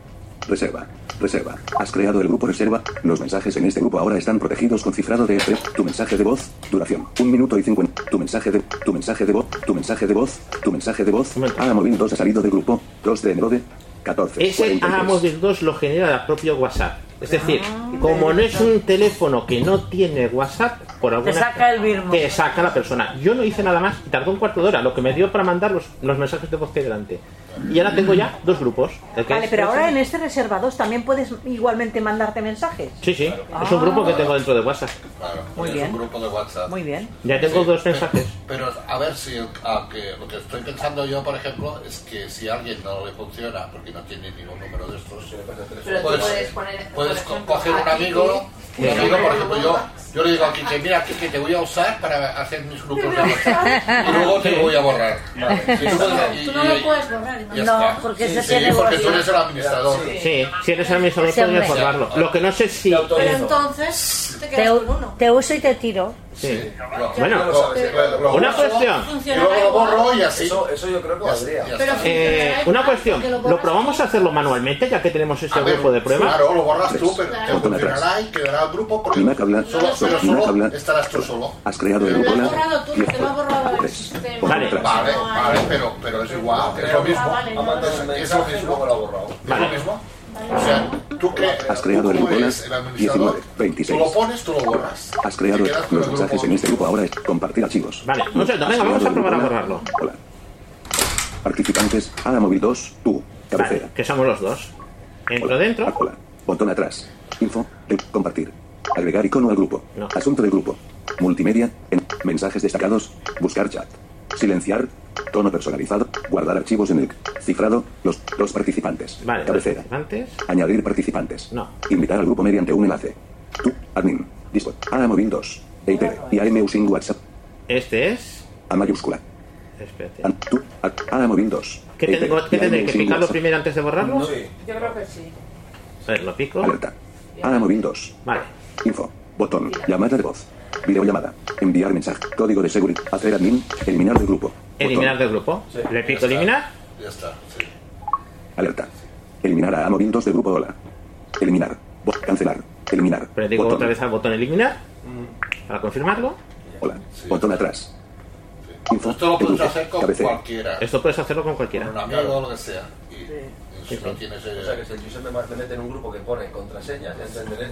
R: reserva, reserva. Has creado el grupo reserva, los mensajes en este grupo ahora están protegidos con cifrado de este. Tu mensaje de voz, duración, 1 minuto y 50. Tu mensaje de, tu mensaje de voz, tu mensaje de voz, tu mensaje de voz. Ana Movil 2 ha salido del grupo, 2 de enero de 14.
D: Ese
R: 43.
D: Móvil 2 lo genera la propia WhatsApp. Es decir, como no es un teléfono que no tiene WhatsApp, por alguna
F: saca el mismo.
D: Te saca la persona. Yo no hice nada más y tardó un cuarto de hora, lo que me dio para mandar los, los mensajes de voz que hay delante. Y ahora tengo ya dos grupos. el que
C: Vale,
D: es-
C: pero ahora en este reserva 2 también puedes igualmente mandarte mensajes.
D: Sí, sí. Es un grupo que tengo dentro de WhatsApp.
C: Muy
J: es
C: bien.
J: un grupo de WhatsApp.
C: Muy bien.
D: Ya tengo dos mensajes.
J: Pero a ver si a que lo que estoy pensando yo, por ejemplo, es que si a alguien no le funciona porque no tiene ningún número de estos, pues,
O: Pero tú puedes poner, por
J: puedes co-
O: ejemplo,
J: coger un
O: aquí,
J: amigo, un
O: sí.
J: amigo, por ejemplo, yo, Yo le digo a Kike, mira Kike, te voy a usar para hacer mis grupos de WhatsApp y luego te voy a borrar. Vale. Sí, tú puedes- y-
M: Tú no lo
J: y-
M: puedes borrar. imagínate.
J: Ya está.
M: porque
J: sí,
M: se
J: sí,
M: tiene
J: porque tú
M: guardia.
J: eres el administrador.
D: Sí, si eres administrador
E: Sí, hombre.
D: puedes formarlo. Lo que no sé si...
M: Pero entonces te
E: Te,
M: quedas con
E: u- te uso y te tiro.
D: Sí.
E: Ya lo
D: Bueno,
E: sabes,
D: una cuestión.
M: Funcionará Y luego lo borro igual. y así.
N: Eso, eso yo creo que valdría.
M: Pero
D: Eh, una cuestión. ¿Lo probamos a hacerlo manualmente ya que tenemos este grupo de prueba?
J: Claro, lo borras tú, pero te
D: Botón atrás.
J: funcionará y quedará el grupo porque
R: Una tabla.
J: solo, pero
R: Sobre una
J: solo
R: tabla.
J: estarás tú solo.
R: Has creado el grupo
M: Lo has
R: LAB.
M: borrado tú, te lo ha borrado el sistema.
R: Vale.
J: Vale, vale, pero, pero es igual, es lo mismo.
M: Ah, vale, no,
J: Amanda,
M: no, no.
J: es, es lo mismo. Es lo mismo. O sea, tú crees,
R: Has creado el
J: tú
R: grupo LAB.
J: eres Pues, el administrador,
R: 19,
J: tú
R: 26.
J: lo pones, tú lo borras.
R: Has creado
J: Te quedas con
R: los
J: el
R: mensajes en este grupo. Ahora es compartir archivos.
D: Vale, un segundo, venga, vamos a probar a borrarlo.
R: Hola. Participantes, Ana Móvil 2, tú, cabecera.
D: que somos los dos. Entro dentro.
R: Botón atrás. Info, de compartir. Agregar icono al grupo.
D: No.
R: Asunto del grupo. Multimedia, en mensajes destacados, buscar chat. Silenciar, tono personalizado, guardar archivos en el cifrado, los dos participantes.
D: Vale, los
R: cabecera.
D: participantes.
R: Añadir participantes.
D: No.
R: Invitar al grupo mediante un enlace. Tú, admin. Discord. A móvil E, 2. EIT.
D: Ah,
R: Y AM using WhatsApp.
D: Este es.
R: A mayúscula.
D: Espérate.
R: An- Tú, a, a móvil E, 2.
D: ¿Qué
R: EIT,
D: tengo qué
R: y AM
D: tendré que
R: using
D: picarlo
R: WhatsApp.
D: primero antes de borrarlo?
O: Yo creo que sí.
D: A ver, lo pico.
R: Alerta. Ana móvil 2.
D: Vale.
R: Info. Botón. Llamada de voz. Videollamada. Enviar mensaje. Código de seguridad. Hacer admin. Eliminar del grupo.
D: Eliminar del grupo. Le pico eliminar.
J: Ya está.
R: Alerta. Eliminar a Amorim 2 del grupo Hola. Eliminar. Bo- cancelar. Eliminar.
D: Le digo
R: Botón.
D: otra vez al botón eliminar para confirmarlo.
R: Hola. Botón atrás. Info.
J: Esto lo
R: de
J: puedes
R: grupo.
J: hacer con
R: Cabecera.
J: cualquiera.
D: Esto puedes hacerlo con cualquiera.
J: Con un amigo o lo que sea. Y, y si no tienes
N: O sea, que si el user me, me mete en un grupo que pone contraseñas, ya entenderé.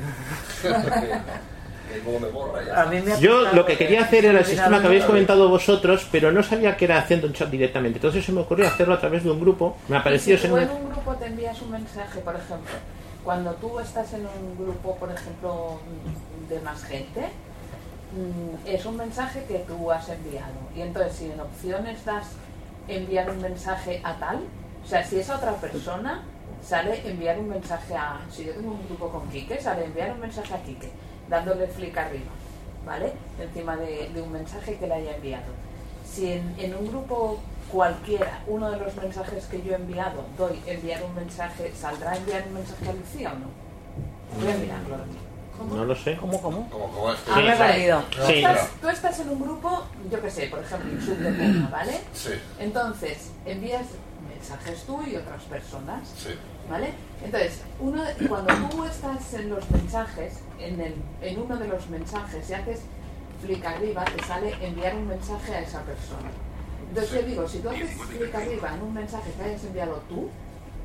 N: que, que luego me borra ya.
F: A mí me ha
D: Yo
F: pasado
D: lo que quería hacer era el
F: Mira,
D: sistema que
F: mira,
D: habéis
F: mira.
D: comentado vosotros, pero no sabía que era haciendo un chat directamente. Entonces se me ocurrió hacerlo a través de un grupo. Me ha parecido
O: si
D: ser
O: tú
D: una-
O: en un grupo te envías un mensaje, por ejemplo, cuando tú estás en un grupo, por ejemplo, de más gente, mm, es un mensaje que tú has enviado. Y entonces, si en opciones das enviar un mensaje a tal, o sea, si es a otra persona, sale enviar un mensaje a. Si yo tengo un grupo con Quique, sale enviar un mensaje a Quique, dándole clic arriba, ¿vale? Encima de, de un mensaje que le haya enviado. Si en, en un grupo cualquiera, uno de los mensajes que yo he enviado, doy enviar un mensaje, ¿saldrá enviar un mensaje a Lucía o no? Voy a mirarlo.
D: No lo sé.
E: ¿Cómo, cómo?
J: Sí.
O: Ah, me he perdido.
D: Sí.
O: Tú estás- Tú estás en un grupo, yo qué sé, por ejemplo, un club de pena, ¿vale? Entonces, envías mensajes tú y otras personas, ¿vale? Entonces, uno, de- cuando tú estás en los mensajes, en, el, en uno de los mensajes, y haces clic arriba, te sale enviar un mensaje a esa persona. Entonces, yo digo, si tú haces clic arriba en un mensaje que hayas enviado tú,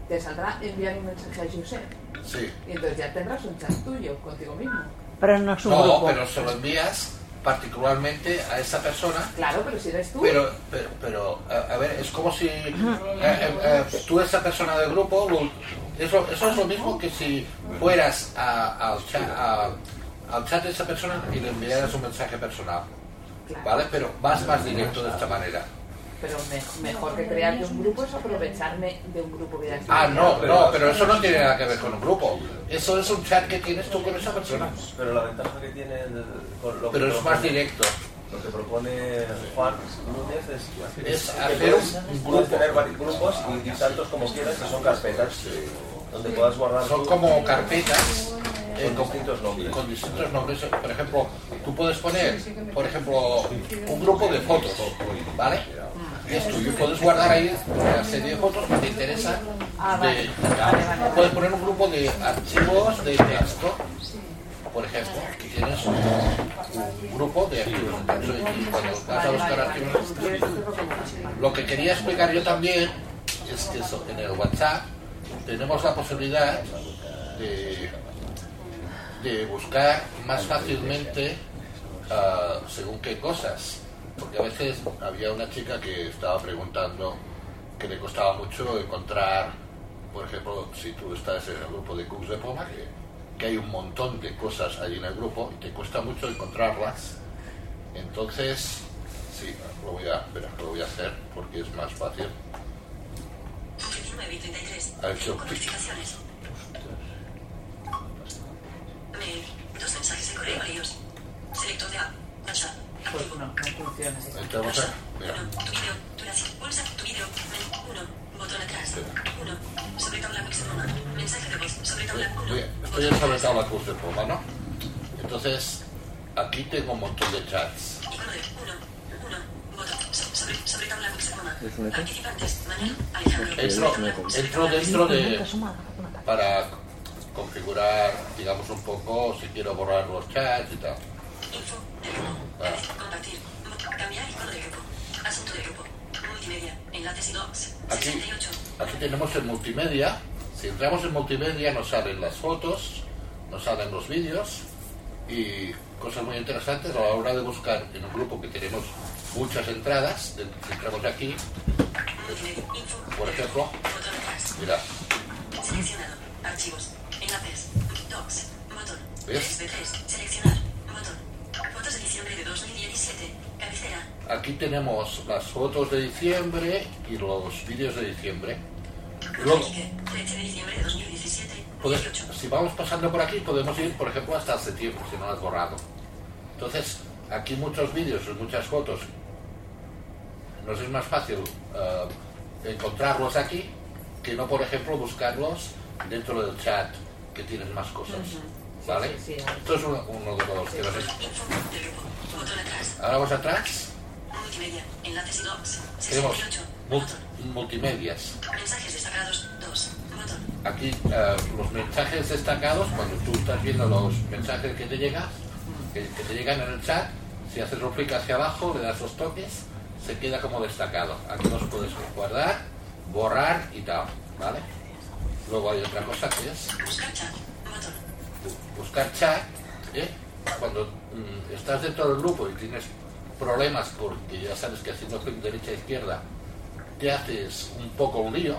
O: te saldrá enviar un mensaje a Josep.
J: Sí.
O: Y entonces ya tendrás un chat tuyo contigo mismo.
E: Pero no es un
J: No,
E: grupo.
J: pero se lo envías particularmente a esa persona.
O: Claro, pero si eres tú.
J: Pero, pero, pero, a, a ver, es como si eh, eh, eh, tú, esa persona del grupo, lo- eso, eso es lo mismo que si fueras a- al, chat, a- al chat de esa persona y le enviaras un mensaje personal. ¿Vale? Pero vas más directo de esta manera.
O: Pero me- mejor que crearte un grupo es aprovecharme de un grupo que ya está.
J: Ah, no, no, pero eso no tiene nada que ver con un grupo. Eso es un chat que tienes tú con esa persona.
N: Pero la ventaja que tiene el- con lo
J: Pero
N: que
J: es
N: propone-
J: más directo.
N: Lo que propone Juan Núñez es,
J: Es
N: que
J: hacer
N: puedes-
J: un
N: puedes
J: grupo.
N: tener varios grupos y, y tantos como quieras que son carpetas donde puedas guardar
J: Son como carpetas eh,
N: con distintos nombres.
J: con distintos nombres. Por ejemplo, tú puedes poner, por ejemplo, un grupo de fotos, ¿vale? Y es tuyo. Puedes guardar ahí una serie de fotos que te interesan. de- puedes poner un grupo de archivos de texto, por ejemplo. Tienes un, un grupo de archivos de texto y cuando vas a buscar archivos de texto, lo que quería explicar yo también es que eso, en el WhatsApp tenemos la posibilidad de, de buscar más fácilmente ah, según qué cosas. Porque a veces había una chica que estaba preguntando que le costaba mucho encontrar, por ejemplo, si tú estás en el grupo de Cooks de Poma, que, que hay un montón de cosas ahí en el grupo y te cuesta mucho encontrarlas. Entonces, sí, lo voy a, espera, lo voy a hacer porque es más fácil. Ha hecho clic.
S: Dos mensajes de correo a ellos.
O: Pues opciones.
J: Estamos a- mira.
S: Pulsa tu vídeo. men- Uno. Botón atrás. Uno. Sobre tabla hexágona. Mensaje de voz. Sobre tabla uno.
J: Oye, estoy en sobre tabla cruz de pluma, ¿no? Entonces, aquí tengo un montón de chats.
B: ¿Es
J: E
B: un eco?
J: Entro, entro dentro de...
O: Nunca suma.
J: para configurar, digamos, un poco si quiero borrar los chats y tal. Ah,
S: Cambiar icono de grupo. Asunto de grupo. Multimedia. Enlaces y logs.
J: Aquí,
S: 68.
J: aquí tenemos el multimedia. Si entramos en multimedia nos salen las fotos, nos salen los vídeos y cosas muy interesantes a la hora de buscar en un grupo que tenemos muchas entradas. de- Si entramos aquí, por ejemplo, mira,
S: Seleccionado. Archivos. Enlaces. Docs. Botón.
J: ¿Ves?
S: 3 de 3. Seleccionar. Botón. Fotos de diciembre de 2017. Cabecera.
J: aquí tenemos las fotos de diciembre y los vídeos de diciembre. Luego,
S: 13 de diciembre de 2017.
J: Pues, si vamos pasando por aquí, podemos ir, por ejemplo, hasta hace tiempo, si no lo has borrado. Entonces, aquí muchos vídeos y muchas fotos. Nos es más fácil eh, encontrarlos aquí que no, por ejemplo, buscarlos dentro del chat, que tienes más cosas. ¿Vale? Esto es uno, uno de los que nos es- Ahora vamos atrás,
S: Multimedia. Enlaces y logs.
J: tenemos
S: 68.
J: mul- multimedias.
S: Mensajes destacados. 2. Botón.
J: aquí eh, los mensajes destacados, cuando tú estás viendo los mensajes que te llegan, que, que te llegan en el chat, si haces un clic hacia abajo, le das los toques, se queda como destacado. Aquí los puedes guardar, borrar y tal, ¿vale? Luego hay otra cosa que es
S: Buscar chat. Botón.
J: bu- buscar chat, ¿eh? Cuando mm, estás dentro del grupo y tienes problemas porque ya sabes que haciendo clic derecha e izquierda te haces un poco un lío,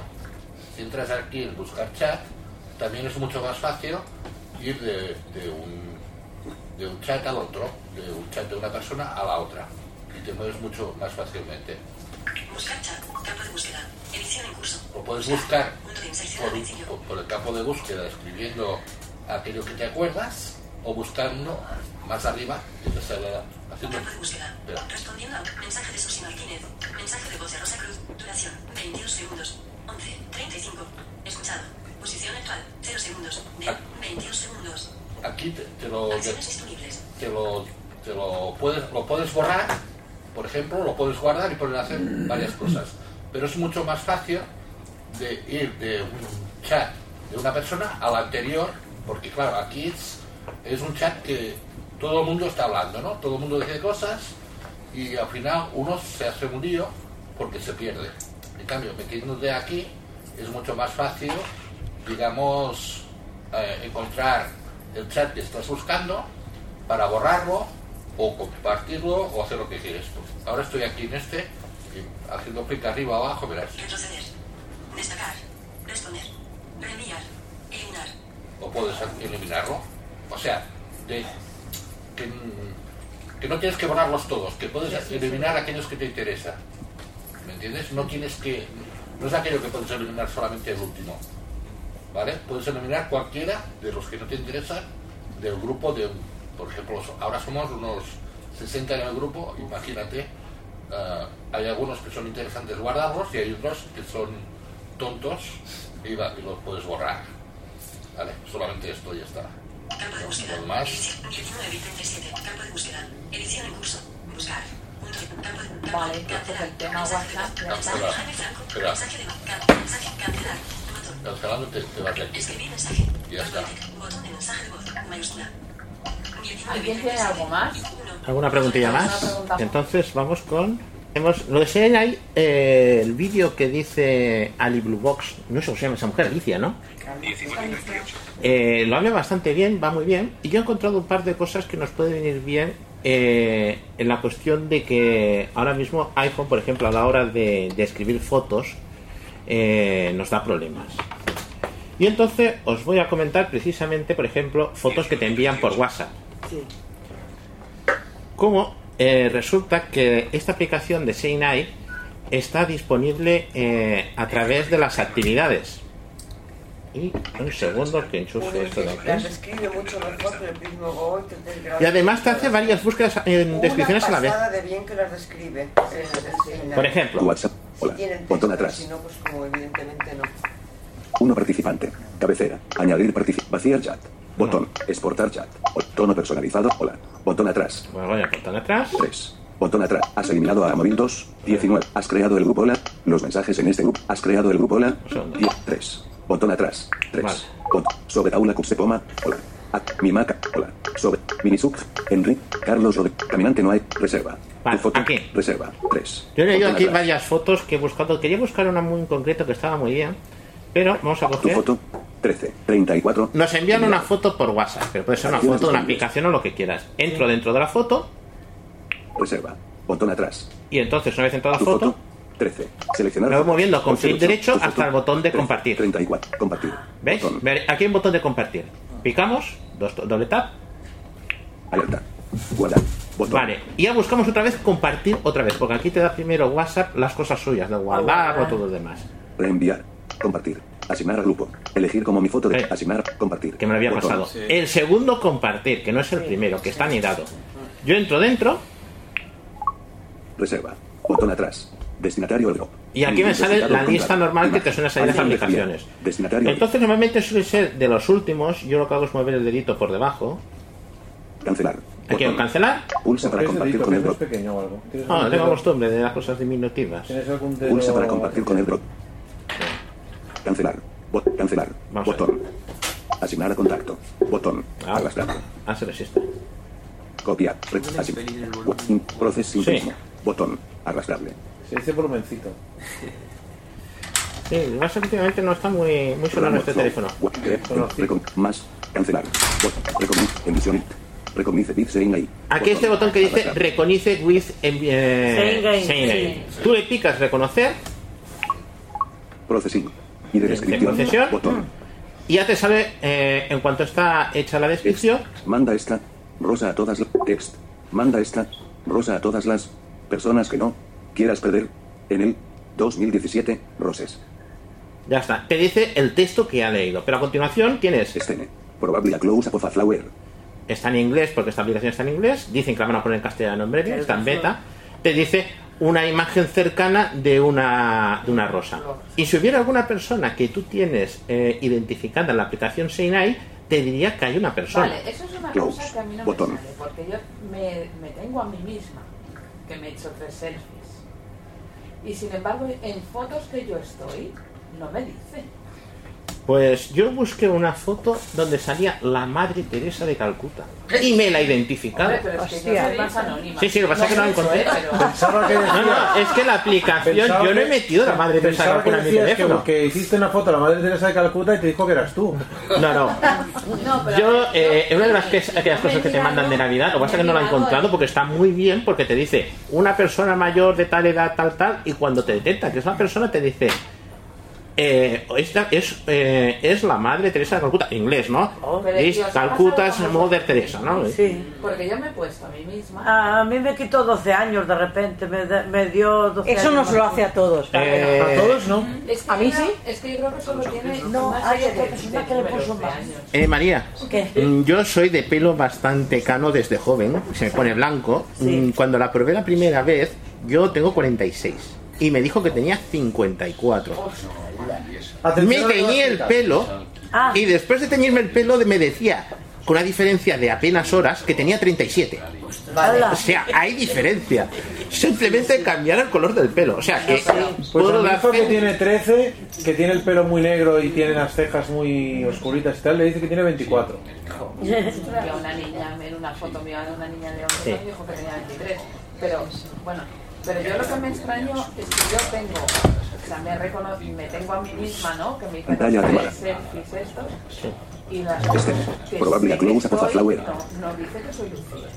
J: si entras aquí en buscar chat, también es mucho más fácil ir de, de un, de un chat al otro, de un chat de una persona a la otra, y te mueves mucho más fácilmente.
S: Buscar chat. Campo de búsqueda. Edición en curso.
J: O puedes buscar
S: Punto de inserción al
J: por,
S: principio.
J: por- por el campo de búsqueda escribiendo aquello que te acuerdas o buscando más arriba que te sale haciendo...
S: Campo de búsqueda.
J: Espera.
S: Respondiendo a un mensaje de Susi Martínez. Mensaje de voz de Rosa Cruz. Duración 22 segundos. 11. 35. Escuchado. Posición actual. 0 segundos. De 22 segundos.
J: Aquí te, te lo...
S: Acciones disponibles.
J: te lo, te lo puedes lo puedes borrar, por ejemplo, lo puedes guardar y poder hacer varias cosas. Pero es mucho más fácil de ir de un chat de una persona al anterior, porque claro, aquí es, es un chat que todo el mundo está hablando, ¿no? Todo el mundo dice cosas y al final uno se hace un lío porque se pierde. En cambio, metiéndote aquí es mucho más fácil, digamos, eh, encontrar el chat que estás buscando para borrarlo o compartirlo o hacer lo que quieres tú. Ahora estoy aquí en este, y haciendo clic arriba o abajo, verás.
S: Retroceder. Destacar. Responder. Reenviar. Eliminar.
J: O puedes eliminarlo. O sea, de- que, que no tienes que borrarlos todos, que puedes eliminar aquellos que te interesan. ¿Me entiendes? No tienes que. No es aquello que puedes eliminar solamente el último. ¿Vale? Puedes eliminar cualquiera de los que no te interesan del grupo de. Por ejemplo, so- ahora somos unos 60 en el grupo, imagínate. ah, hay algunos que son interesantes guardarlos y hay otros que son tontos y, va- y los puedes borrar. Vale, solamente esto ya está.
S: Campo de búsqueda.
J: No más.
S: Edición 19 y 37. Campo de búsqueda. Edición en curso. Buscar. Punto. Campo de
O: Vale, entonces el tema WhatsApp ya está.
J: Espera, espera,
S: Mensaje de voz. Ca- Mensaje. Cancelar.
J: cancelando te, te vas de aquí.
S: Escribir mensaje.
J: Y ya está.
S: Botón de mensaje de voz. Mayúscula.
O: ¿Alguien tiene algo más?
D: ¿Alguna preguntilla
O: Una
D: más?
O: pregunta más.
D: Entonces vamos con... Hemos, lo de Seren hay eh, el vídeo que dice Ali Blue Box, no sé cómo se llama esa mujer, Alicia, ¿no? Eh, lo habla bastante bien, va muy bien. Y yo he encontrado un par de cosas que nos pueden venir bien eh, en la cuestión de que ahora mismo iPhone, por ejemplo, a la hora de, de escribir fotos, eh, nos da problemas. Y entonces os voy a comentar precisamente, por ejemplo, fotos que te envían por WhatsApp. Como eh, resulta que esta aplicación de Seinai está disponible eh, a través de las actividades. Y un segundo que enchufe esto de
H: Las
D: aquí.
H: escribe mucho mejor que el mismo Gogol que el gran-
D: Y además te hace varias búsquedas en
H: Una
D: descripciones a la vez.
H: pasada de bien que las describe. Eh, en la-
R: Por ejemplo. WhatsApp.
H: Si
R: Hola.
H: tienen
R: Botón
H: texto,
R: atrás.
H: Si no, pues como evidentemente no.
R: 1 participante. Cabecera. Añadir participante. Vaciar chat. Botón. Exportar chat. O- Tono personalizado. Hola. Botón atrás.
D: Bueno, voy a botón atrás.
R: 3. Botón atrás. Has eliminado a Amorim 2. 19. Has creado el grupo Hola. Los mensajes en este grupo. Has creado el grupo Hola. 10. 3. Botón atrás. 3. sobre Aula Cuxepoma. Hola. At- mi Maca. Hola. Sobre Minisuk. Enrique. Carlos Rodríguez. Caminante no hay. Reserva.
D: Vale,
R: Tu foto.
D: aquí.
R: Reserva. 3.
D: Yo he leído aquí
R: atrás.
D: varias fotos que he buscado. Quería buscar una muy en concreto que estaba muy bien. Pero vamos a
R: Ah, Tu
D: coger.
R: foto. 13. 34.
D: Nos envían una foto por WhatsApp, pero puede ser una
R: Acciones
D: foto de una
R: disponibles.
D: aplicación o lo que quieras. Entro dentro de la foto
R: Reserva. Botón atrás.
D: y entonces una vez entrada la
R: Tu
D: foto,
R: foto. 13. Seleccionar.
D: Me voy moviendo con
R: Opción
D: clic
R: ocho.
D: derecho
R: Tu foto.
D: hasta el botón de
R: 13,
D: compartir.
R: 34. Compartir.
D: ¿veis? Ver- Aquí hay un botón de compartir. Picamos, dos- doble tap.
R: Alerta. Guardar. Botón.
D: Vale, y ya buscamos otra vez compartir otra vez, porque aquí te da primero WhatsApp las cosas suyas, de guardar o todo lo demás.
R: Reenviar. Compartir. Asignar a grupo. Elegir como mi foto de. Asignar. Compartir. Eh. Que
D: me había pasado. El segundo compartir, que no es el primero, que está anidado. Yo entro dentro
R: Reserva. Botón atrás. Destinatario el grupo.
D: Y aquí me sale la lista normal que te suena salir las aplicaciones. Eh.
R: Destinatario.
D: Entonces normalmente suele ser de los últimos, yo lo que hago es mover el dedito por debajo.
R: Cancelar.
D: Aquí en cancelar.
R: Pulsa para compartir con el
D: dedo
R: drop.
B: pequeño o algo. ¿Tienes
D: Ah,
B: algún
D: tengo
B: dedo?
D: costumbre de las cosas diminutivas.
R: Pulsa para compartir con el drop. Cancelar. Bot- cancelar. Botón. Asignar a contacto. Botón. Arrastrar.
D: Ah, se resiste.
R: Copiar. Re- asign- Botón. Proceso mismo. Botón. Arrastrable.
B: Se dice volumencito.
D: Sí, lo que pasa es que últimamente no está muy, muy sonado este teléfono.
R: Web- Recom- Más. Cancelar. Bot. Recomiz. Emisión. Recomiz. Bit. Sein ahí.
D: Aquí este botón que dice
R: Arrastrar.
D: reconoce with en- eh,
R: Same game.
D: same game. Tú le picas reconocer
R: Processing. Y de
D: en
R: descripción.
D: concesión
R: Botón.
D: y ya te sale eh, en cuanto está hecha la descripción.
R: Manda esta. Rosa a todas las. Text. Manda esta. Rosa a todas las personas que no quieras perder. En el 2017. Roses.
D: Ya está. Te dice el texto que ha leído. Pero a continuación tienes.
R: Este Probable a close up of a flower.
D: Está en inglés porque esta aplicación está en inglés. Dicen que la van a poner en castellano en breve. Está en beta. Te dice una imagen cercana de una, de una rosa. Y si hubiera alguna persona que tú tienes eh, identificada en la aplicación Seinai, te diría que hay una persona.
O: Vale, eh. eso es una
D: Close.
O: cosa que a mí no
D: Botón.
O: me sale, porque yo me, me tengo a mí misma, que me he hecho tres selfies. Y sin embargo, en fotos que yo estoy, no me dice.
D: Pues yo busqué una foto donde salía la Madre Teresa de Calcuta. Y me la identificaba.
O: Hombre, pero es que yo soy más anónima.
D: Sí, sí, lo que pasa es que no la
O: mucho,
D: encontré.
O: ¿eh? Pero-
D: No, no, es que la aplicación,
B: Pensaba
D: yo no he
B: que-
D: metido la madre Teresa de
B: pensaba que
D: Calcuta en mi
B: decías que,
D: teléfono.
B: que hiciste una foto a la madre Teresa de Calcuta y te dijo que eras tú.
D: No, no.
O: No, pero
D: Yo, eh, es una de las que- aquellas cosas que te mandan de Navidad, lo que pasa es que no la he encontrado porque está muy bien, porque te dice una persona mayor de tal edad, tal, tal, y cuando te detecta que es una persona, te dice. eh, esta es, eh, es la madre Teresa de Calcuta, en inglés, ¿no?
O: pero
D: Es
O: Dios,
D: Calcuta
O: ha
D: es Mother Teresa, ¿no?
F: Sí.
O: porque yo me he puesto a mí misma.
F: A, a mí me quitó 12 años de repente, me, da- me dio 12
C: Eso
F: años.
C: nos lo hace a todos.
D: Eh,
F: A todos
B: no.
O: Es que
C: ¿A mí
O: yo-
C: sí?
O: Es que yo creo que solo tiene.
F: No,
O: más
F: hay
O: allá
F: otra
O: de-
F: persona
O: de
F: que le
O: números
F: puso
O: de
F: más.
O: años.
D: Eh, María,
F: ¿Qué?
D: mm, yo soy de pelo bastante cano desde joven, se me pone blanco. Mm, Cuando la probé la primera vez, yo tengo 46 y me dijo que tenía 54. Me
B: Atención a lo que vas a
D: teñí el
B: explicar.
D: pelo y después de teñirme el pelo me decía, con una diferencia de apenas horas, que tenía 37. O sea, hay diferencia. Simplemente cambiar el color del pelo. O sea, que
B: Pues
D: puedo
B: el
D: dar
B: hijo que tiene 13, que tiene el pelo muy negro y tiene las cejas muy oscuritas y tal, le dice que tiene 24.
O: Yo una niña, en una foto mía de una niña de 11
B: Sí.
O: años dijo que tenía 23. Pero bueno, pero yo lo que me extraño es que yo tengo, o sea, me, recono- me tengo a mí misma, ¿no? Que me hice
R: Pantalla
O: los
R: tomada.
O: tres selfies estos y
B: Este,
O: las que
R: Probable a
O: sé que
R: close up of a
O: soy,
R: flower.
O: no, no dice que soy Lucía.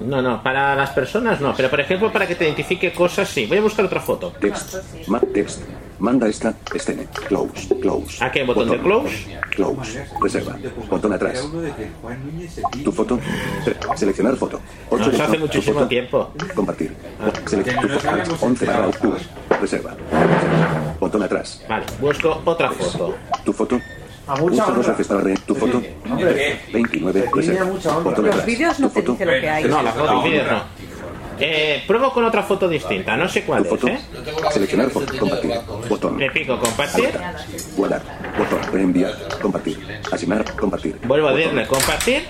D: No, no, para las personas no, pero por ejemplo para que te identifique cosas sí. Voy a buscar otra foto.
R: Text. Ma text. Manda esta. Escene. Close. Close.
D: Aquí el botón de close.
R: Close. Reserva. Botón atrás.
G: Era uno de que Juan Núñez se
R: Tu foto. Tre- Seleccionar foto.
D: No, eso
R: de-
D: Ah, hace
R: tu
D: muchísimo
R: foto.
D: tiempo. Ah.
R: Compartir. Seleccionar tu foto. 11 barra octubre. Reserva. Botón atrás.
D: Vale, busco otra foto.
R: Tu foto. Usa
B: A Ah, mucha
R: dos
B: honra.
R: veces para re... Tu foto.
B: Hombre.
R: 29.
B: Tenía
R: Reserva.
B: mucha honra.
R: Fotógrafo.
B: Los vídeos no
R: Tu foto.
D: dice lo que hay. No, las fotos, vídeos no. Eh, pruebo con otra foto distinta, no sé cuál es, ¿eh?
R: Seleccionar foto. Compartir. Botón.
D: Le pico compartir,
R: Guardar. Botón. Reenviar. Compartir. Asignar. Compartir.
D: vuelvo a
R: Botón.
D: darle compartir.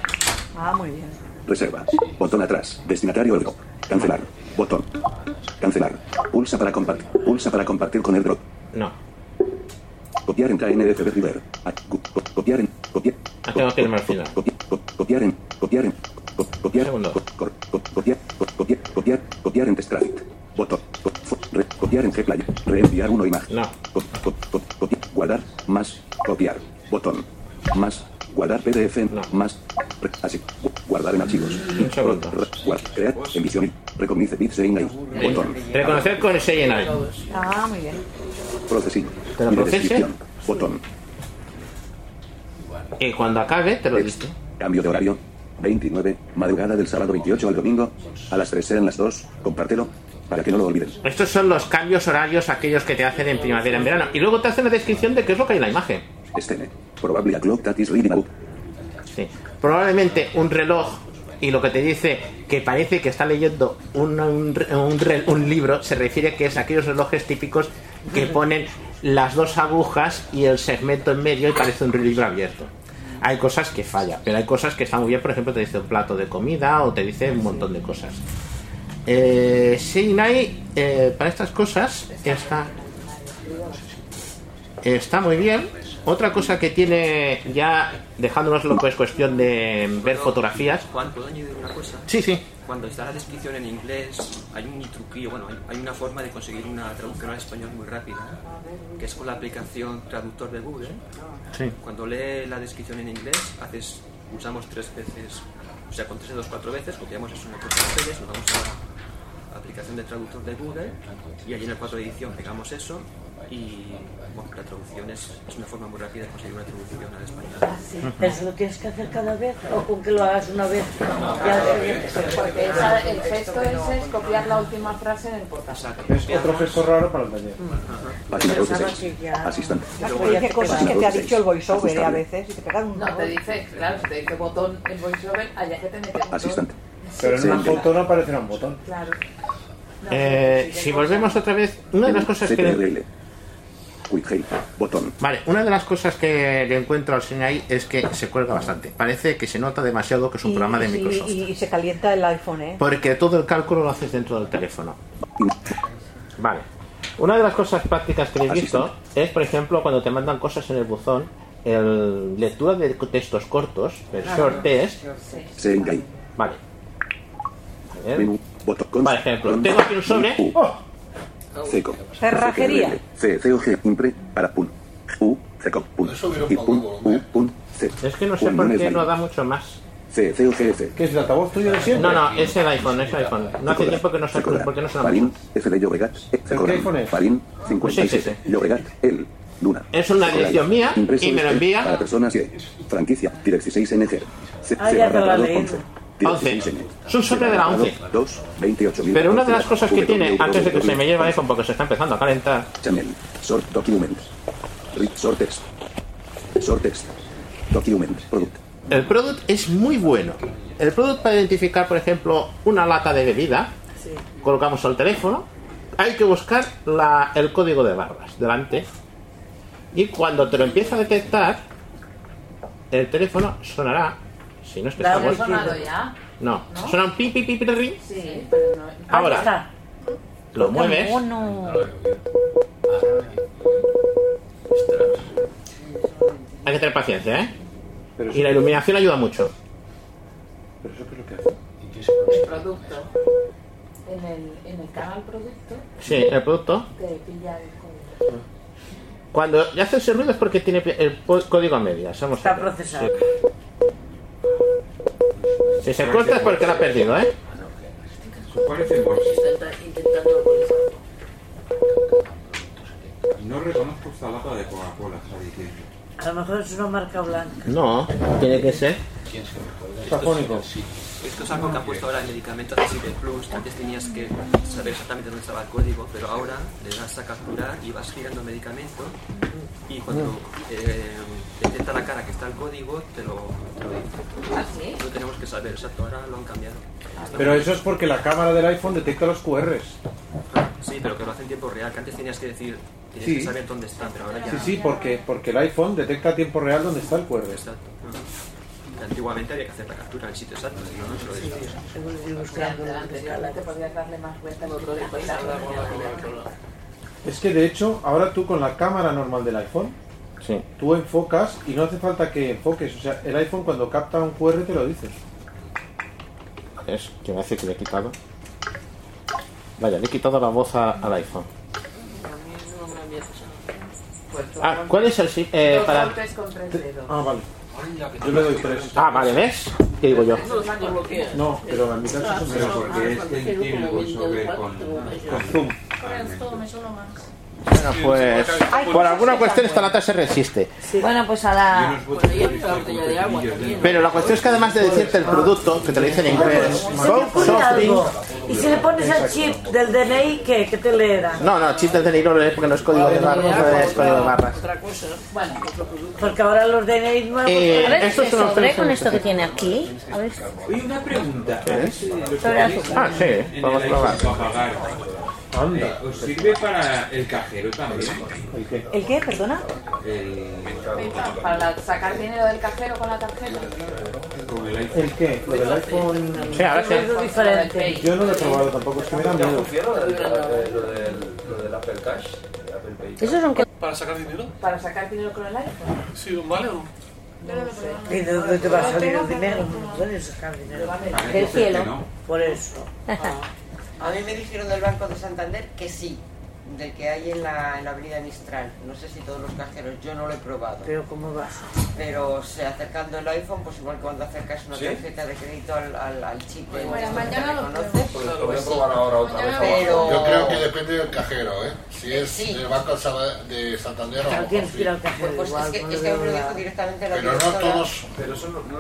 C: Ah, muy bien.
R: Reserva. Botón atrás. Destinatario AirDrop. Cancelar. Botón. Cancelar. Pulsa para compartir. Pulsa para compartir con AirDrop.
D: No.
R: Copiar en KNFB River. A- co- co- Copiar en. Copiar.
D: Ah, tengo que irme al final.
R: Copiar, copiar en. Copiar en. co- Copiar. co- co- co- Copiar. co- Copiar. Copiar. Copiar en TestCraft. Botón. Co- fo- re- Copiar en Gplay. Reenviar una imagen.
D: No.
R: Co- co- co- copiar. Guardar. Más. Copiar. Botón. Más. Guardar PDF en. Más. Re- Así. Gu- Guardar en archivos. Re- guard- Crear. Emisión. Recognize bits en ahí. Botón.
D: Reconocer con el Seyenai.
C: Ah, muy bien.
R: Procesing.
D: lo
R: Mire
D: procese?
R: descripción. Botón.
D: Y cuando acabe, te lo digo.
R: Cambio de horario. 29, madrugada del sábado 28 al domingo. A las 3 sean las 2. Compártelo. Para que no lo olviden.
D: Estos son los cambios horarios, aquellos que te hacen en primavera, en verano. Y luego te hacen la descripción de qué es lo que hay en la imagen.
R: Escene. Probable a clock that is reading out.
D: Sí. Probablemente un reloj y lo que te dice que parece que está leyendo un, un re- un re- un libro se refiere que es aquellos relojes típicos que ponen las dos agujas y el segmento en medio y parece un libro abierto. Hay cosas que falla, pero hay cosas que están muy bien. Por ejemplo, te dice un plato de comida o te dice un montón de cosas. Eh, Seinai, eh, para estas cosas, está, está muy bien. Otra cosa que tiene, ya dejándonos lo que es cuestión de ver fotografías.
P: Juan, ¿puedo añadir una cosa?
D: Sí, sí.
P: Cuando está la descripción en inglés, hay un truquillo, bueno, hay, hay una forma de conseguir una traducción al español muy rápida, que es con la aplicación traductor de Google.
D: Sí.
P: Cuando lee la descripción en inglés, haces, usamos tres veces, o sea, con tres dedos cuatro veces, copiamos eso en el cuatro papeles, nos vamos a la aplicación de traductor de Google y allí en el cuadro de edición pegamos eso y bueno, la traducción es, es una forma muy rápida de conseguir una traducción al español.
F: Pero se lo tienes que hacer cada vez o con que lo hagas una vez.
O: Porque esa- el gesto ese es copiar la última frase en el portazo.
B: Es otro gesto raro para el taller.
R: Página
O: Pero
C: pues
R: 26. Asistente.
C: Pero dice cosas que te ha dicho el voiceover eh, a
R: Ajustable.
C: veces y te pegan un
O: No, te dice, claro, te dice botón en voiceover, allá que te metes.
R: Asistente.
B: Pero en una
R: Siguiente.
B: foto no aparecerá un botón.
O: Claro.
D: Eh, si volvemos otra vez, una de las cosas que...
R: CTRL. Quick Help. Botón.
D: Vale, una de las cosas que le encuentro al Sinai es que se cuelga bastante. Parece que se nota demasiado que es un
C: Y-
D: programa de
C: y-
D: Microsoft.
C: Y, y se calienta el iPhone, ¿eh?
D: Porque todo el cálculo lo haces dentro del teléfono. Vale. Una de las cosas prácticas que he visto es, por ejemplo, cuando te mandan cosas en el buzón, el lectura de textos cortos, el
R: Ah,
D: short test.
R: Sengai.
D: Vale. A ver.
R: Menú. Botón. Con,
D: Por ejemplo, tengo aquí un sobre.
B: Oh.
R: Seco.
D: Cerrajería.
R: C. C. O. G. Impre. Para pun. U. Seco. Pun. Y pun. U. Pun. C.
D: Es que no sé por qué no da mucho más.
R: C. C. O. G. F.
B: ¿Qué es el altavoz tuyo de siempre?
D: No, no, es el iPhone, es el iPhone. No hace tiempo que no se porque no suena mucho.
R: Farín, F de Llobregat, E, Corán,
D: iPhone es?
R: Farín,
D: Pues es
R: 57, Llobregat, L, Luna.
D: Es una
R: Corán.
D: dirección mía
R: Impreso
D: y me lo
R: este
D: envía.
R: Para personas que, franquicia, 16NG, C,
D: Ah,
R: C
D: ya te lo
R: barra
D: leí.
R: 11, 16N.
D: Es un sobre de la 11.
R: 2, 28,
D: Pero una de las cosas que tiene, antes de que se me lleve el iPhone, porque se está empezando a calentar,
R: Channel, Sort Document, Read Sort Text, Sort Text, Document, Product,
D: El product es muy bueno. El product para identificar, por ejemplo, una lata de bebida, colocamos el teléfono, hay que buscar la- el código de barras delante y cuando te lo empieza a detectar, el teléfono sonará, si no es que está
O: ¿Lo has
D: muerto.
O: sonado ya?
D: No, suena un pi pi pi pi pi.
O: Sí, pero no.
D: Ahora. Lo mueves. Hay que tener paciencia, ¿eh? y la iluminación ayuda mucho.
B: Pero eso qué es lo que
O: El producto. En el, en el canal producto
D: Sí, el producto.
O: te pilla el código.
D: Cuando ya hace ese ruido es porque tiene el po- código a medias. Vamos
F: Está
D: a ver.
F: procesado.
D: Sí. Si se corta es porque lo ha perdido, ¿eh?
G: No reconozco esta lata de Coca-Cola, está diciendo.
F: A lo mejor es una marca blanca.
D: No, tiene que ser.
G: ¿Quién se
B: Afónico.
G: Es
P: esto es algo que ha puesto ahora el medicamento accesible plus. Antes tenías que saber exactamente dónde estaba el código, pero ahora le das a capturar y vas girando el medicamento y cuando eh, detecta la cara que está el código, te lo, te lo dice.
O: ¿Ah, sí?
P: No tenemos que saber, exacto, ahora lo han cambiado. Está
B: Pero
P: muy
B: eso es porque la cámara del iPhone detecta los QRs.
P: Sí, pero que lo hace en tiempo real, que antes tenías que decir, tenías
B: Sí.
P: que saber dónde está, pero ahora ya...
B: Sí, sí, porque, porque el iPhone detecta a tiempo real dónde está el QR.
P: Exacto. Que Antiguamente había que hacer la captura en el sitio exacto, si no, no te lo decía.
O: Te podías darle más vueltas y después
B: Es que de hecho, ahora tú con la cámara normal del iPhone,
D: Sí.
B: tú enfocas y no hace falta que enfoques. O sea, el iPhone cuando capta un QR te lo dice.
D: Es que me hace que le he quitado. Vaya, le he quitado la voz a- al iPhone. Ah, ¿cuál es el si- eh,
O: Dos
D: para-
O: golpes con tres dedos.
B: Ah, vale. Yo le doy tres.
D: Ah, vale, ¿ves? ¿Qué digo yo?
O: Eso es bloqueo.
B: No, pero la mitad se hace
G: Pero
B: menos.
G: porque es sensible sobre con,
B: Con zoom.
M: Esto me suena más.
D: Bueno, pues por alguna cuestión esta lata se resiste.
E: Bueno, pues a la...
D: Pero la cuestión es que además de decirte el producto, que te lo dicen en inglés,
F: Se me
D: Coke,
F: ocurre
D: soft drink...
F: algo. Y si le pones el chip del DNI, ¿qué, ¿Qué te le da?
D: No, no, chistes de Niro porque no es código de barras, no es código de barras.
F: Otra cosa. Bueno, otro producto. Porque ahora los DNI nuevos...
D: Eh,
E: a ver si se sobre con esto que tiene aquí. A ver.
G: Oye, una pregunta.
D: Ah, sí, vamos a probar.
G: Anda. Eh, ¿Os sirve para el cajero también?
B: ¿El qué?
C: ¿El qué? Perdona.
B: Eh,
O: Para sacar dinero del cajero con la tarjeta.
G: Con el iPhone.
B: ¿El qué? ¿Lo del iPhone?
D: Sí, ahora sí.
O: Es diferente.
B: Yo no lo he probado tampoco, es que me da
N: ¿Ya
B: miedo.
N: funciona lo del, lo del, lo del Apple Cash? el Apple Pay?
K: ¿Para sacar dinero?
O: Para sacar dinero con el iPhone.
K: Sí, ¿vale o no?
F: ¿Y de dónde te va a salir el dinero? No puedes sacar dinero.
E: Del cielo.
F: Por eso.
H: A mí me dijeron del Banco de Santander que sí, del que hay en la, en la avenida Mistral. No sé si todos los cajeros, yo no lo he probado.
F: Pero ¿cómo vas?
H: Pero se acercando el iPhone, pues igual que cuando acercas una
F: ¿Sí?
H: tarjeta de crédito al, al, al chip.
M: Bueno,
H: este que
M: mañana lo
H: reconoce,
J: Pues
H: pues
J: lo voy a
H: sí.
J: probar ahora otra vez.
H: Pero-
J: Yo creo que depende del cajero, ¿eh? Si es del Banco Saba- de Santander o
H: Claro, tienes que ir al cajero
J: Pues
H: igual, no le veo nada. directamente a la
J: Pero no
H: directora.
J: todos,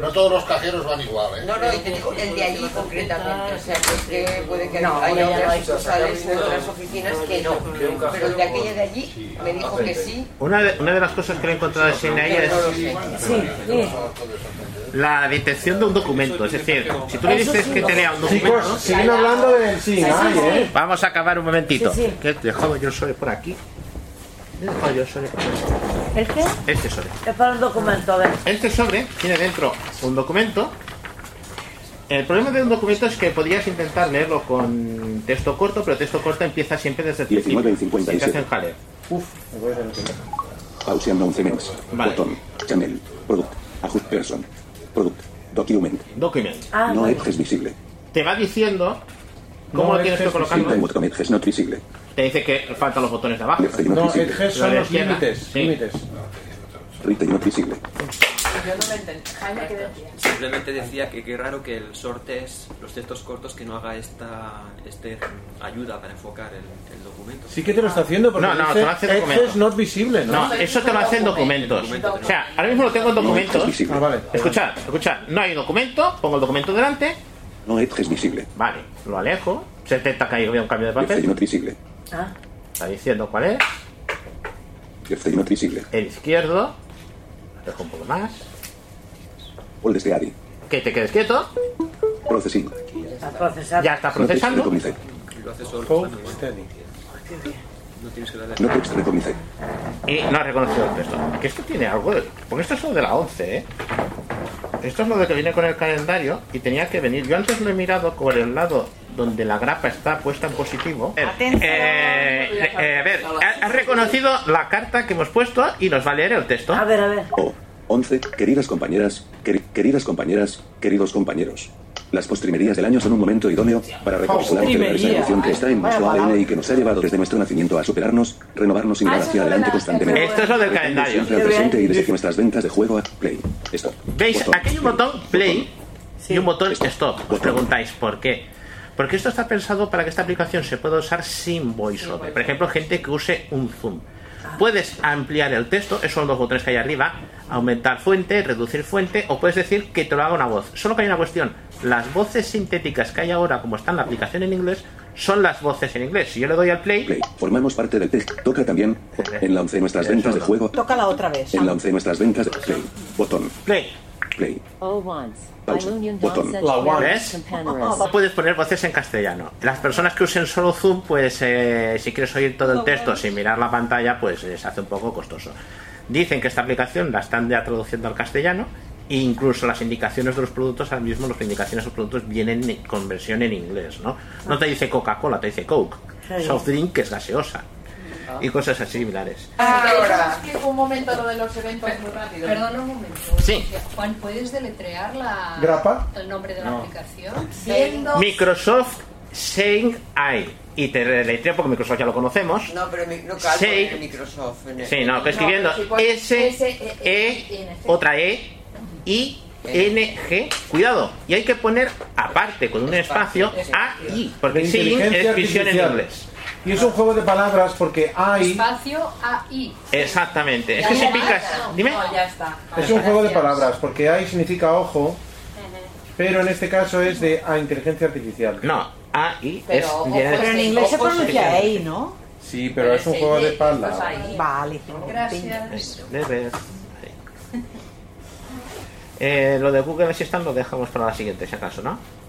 J: no todos los cajeros van igual, ¿eh?
H: No, no, y te digo el de allí concretamente, o sea, que es que puede que
J: No,
H: haya
J: no, no,
H: otras
J: no, no,
H: sucursales
J: no,
H: de
J: no,
H: otras
J: no,
H: oficinas
J: no,
H: que
J: no,
H: no,
J: que un
H: pero el
J: cajero
H: de aquella de allí me dijo que sí.
D: Una de, una de las cosas que le he encontrado así en ella es la detección de un documento. Es decir, si tú le dices que te lea un documento...
B: Chicos, siguen hablando del sin, ay, ¿eh?
D: Vamos a acabar un momentito.
B: Sí, sí.
D: Que te dejaba yo solo por aquí. Te dejaba yo solo por aquí.
F: ¿El qué?
D: Este sobre.
F: Es para un documento, a ver.
D: Este sobre tiene dentro un documento. El problema de un documento es que podrías intentar leerlo con texto corto, pero texto corto empieza siempre desde el
R: 19 y
D: principio. Y te
R: 57.
D: hacen jaleo.
B: Uf, me voy a tener que ver.
R: Pauseando 11 menos. Botón. Channel. Product. Ajust person. Product. Document.
D: Document.
R: no edges visible.
D: Te va diciendo cómo
R: No
D: lo tienes que
R: edges
D: colocar.
R: visible. Botón edges not visible.
D: Te dice que faltan los botones de abajo.
R: Left not visible.
D: Lo de izquierda. Sí.
R: Retail not visible.
O: Yo no lo entendí. Jaime, ¿qué decía?
P: Simplemente decía que qué raro que el sortes, los textos cortos, que no haga esta este ayuda para enfocar el, el documento.
B: Sí que te lo está haciendo porque
P: No, no,
B: dice,
P: te lo hace
B: "Access
P: documento".
B: not visible, ¿no?
D: No, eso te lo hacen documentos. O sea, ahora mismo lo tengo en documentos.
B: Ah, vale.
D: Escuchad, escuchad. No hay documento, pongo el documento delante.
R: No edges visible.
D: Vale, lo alejo. Se detecta que hay había un cambio de
R: Left
D: papel.
R: not visible.
F: Ah.
D: Está diciendo cuál es.
R: Left not visible.
D: El izquierdo. Dejo un poco más.
R: Hold the AD.
D: Que te quedes quieto.
R: Processing.
D: Ya está procesando.
R: No text recognized.
P: Lo haces solo. No tienes que darle.
R: No text recognized.
D: Y no ha reconocido el texto. Que esto tiene algo de... Porque esto es lo de la 11, ¿eh? Esto es lo de que viene con el calendario y tenía que venir. Yo antes lo he mirado por el lado donde la grapa está puesta en positivo. Eh, eh, eh, a ver, ha- has reconocido la carta que hemos puesto y nos va a leer el texto. A
F: ver, a ver.
R: 11. Queridas compañeras, queri- queridas compañeras, queridos compañeros. Las postrimerías del año son un momento idóneo para recapitular la
D: Postrimería.
R: revolución que está en
D: Vaya
R: nuestro
D: palabra.
R: ADN y que nos ha llevado desde nuestro nacimiento a superarnos, renovarnos y
D: Ah,
R: mirar
D: eso
R: hacia
D: es lo de
R: adelante
D: la-
R: constantemente.
D: Esto es lo del
R: Buscando
D: calendario.
R: Siempre al
D: Qué bien.
R: presente y desde nuestras ventas de juego a play. Stop.
D: ¿Veis?
R: Botón.
D: Aquí hay un botón play y un botón stop. Os preguntáis por qué. Porque esto está pensado para que esta aplicación se pueda usar sin voiceover. Por ejemplo, gente que use un zoom. Puedes ampliar el texto, esos son los botones que hay arriba, aumentar fuente, reducir fuente, o puedes decir que te lo haga una voz. Solo que hay una cuestión, las voces sintéticas que hay ahora, como está en la aplicación en inglés, son las voces en inglés. Si yo le doy al play,
R: Play. Formamos parte del test. Toca también. En la 11 nuestras ventas de juego.
C: Tócala otra vez.
R: En la 11 nuestras ventas de play. Botón.
D: Play.
R: Play.
T: All once.
R: Pausa. Botón.
D: ¿Ves?
F: Pues
D: O puedes poner voces en castellano. Las personas que usen solo Zoom, pues eh, si quieres oír todo el texto sin mirar la pantalla, pues eh, se hace un poco costoso. Dicen que esta aplicación la están ya traduciendo al castellano. e Incluso las indicaciones de los productos, ahora mismo las indicaciones de los productos vienen en- con versión en inglés, ¿no? No te dice Coca-Cola, te dice Coke.
O: Claro.
D: Soft drink, que es gaseosa. Y cosas así similares.
O: Ahora. Explico un momento lo de los eventos muy rápido.
Q: Perdona un momento.
D: Sí.
Q: Juan, ¿puedes deletrear la,
D: ¿Grapa?
Q: el nombre de la
D: No.
Q: aplicación? Siendo-
D: Microsoft Saying I. Y te deletreo porque Microsoft ya lo conocemos.
H: No, pero mi- no calco
D: Sí.
H: en Microsoft. en el-
D: Sí, no, que escribiendo S, E, otra E, I, N, G. Cuidado, y hay que poner aparte, con un espacio, A, I, porque
B: De
D: sí,
B: inteligencia
D: es visión en
B: artificial.
D: inglés.
B: Y es un juego de palabras porque hay.
Q: Espacio AI.
D: Exactamente, es que si picas. Dime.
O: ya está.
B: Es un juego de palabras porque hay significa ojo, pero en este caso es de a inteligencia artificial.
D: No, A, I
C: Pero, ojo, pero en inglés se pronuncia EI, ¿no?
B: Sí, pero es un juego
C: pues
B: de palabras.
C: Vale.
Q: Gracias.
D: De ver. Eh, lo de Google Assistant lo dejamos para la siguiente, si acaso, ¿no?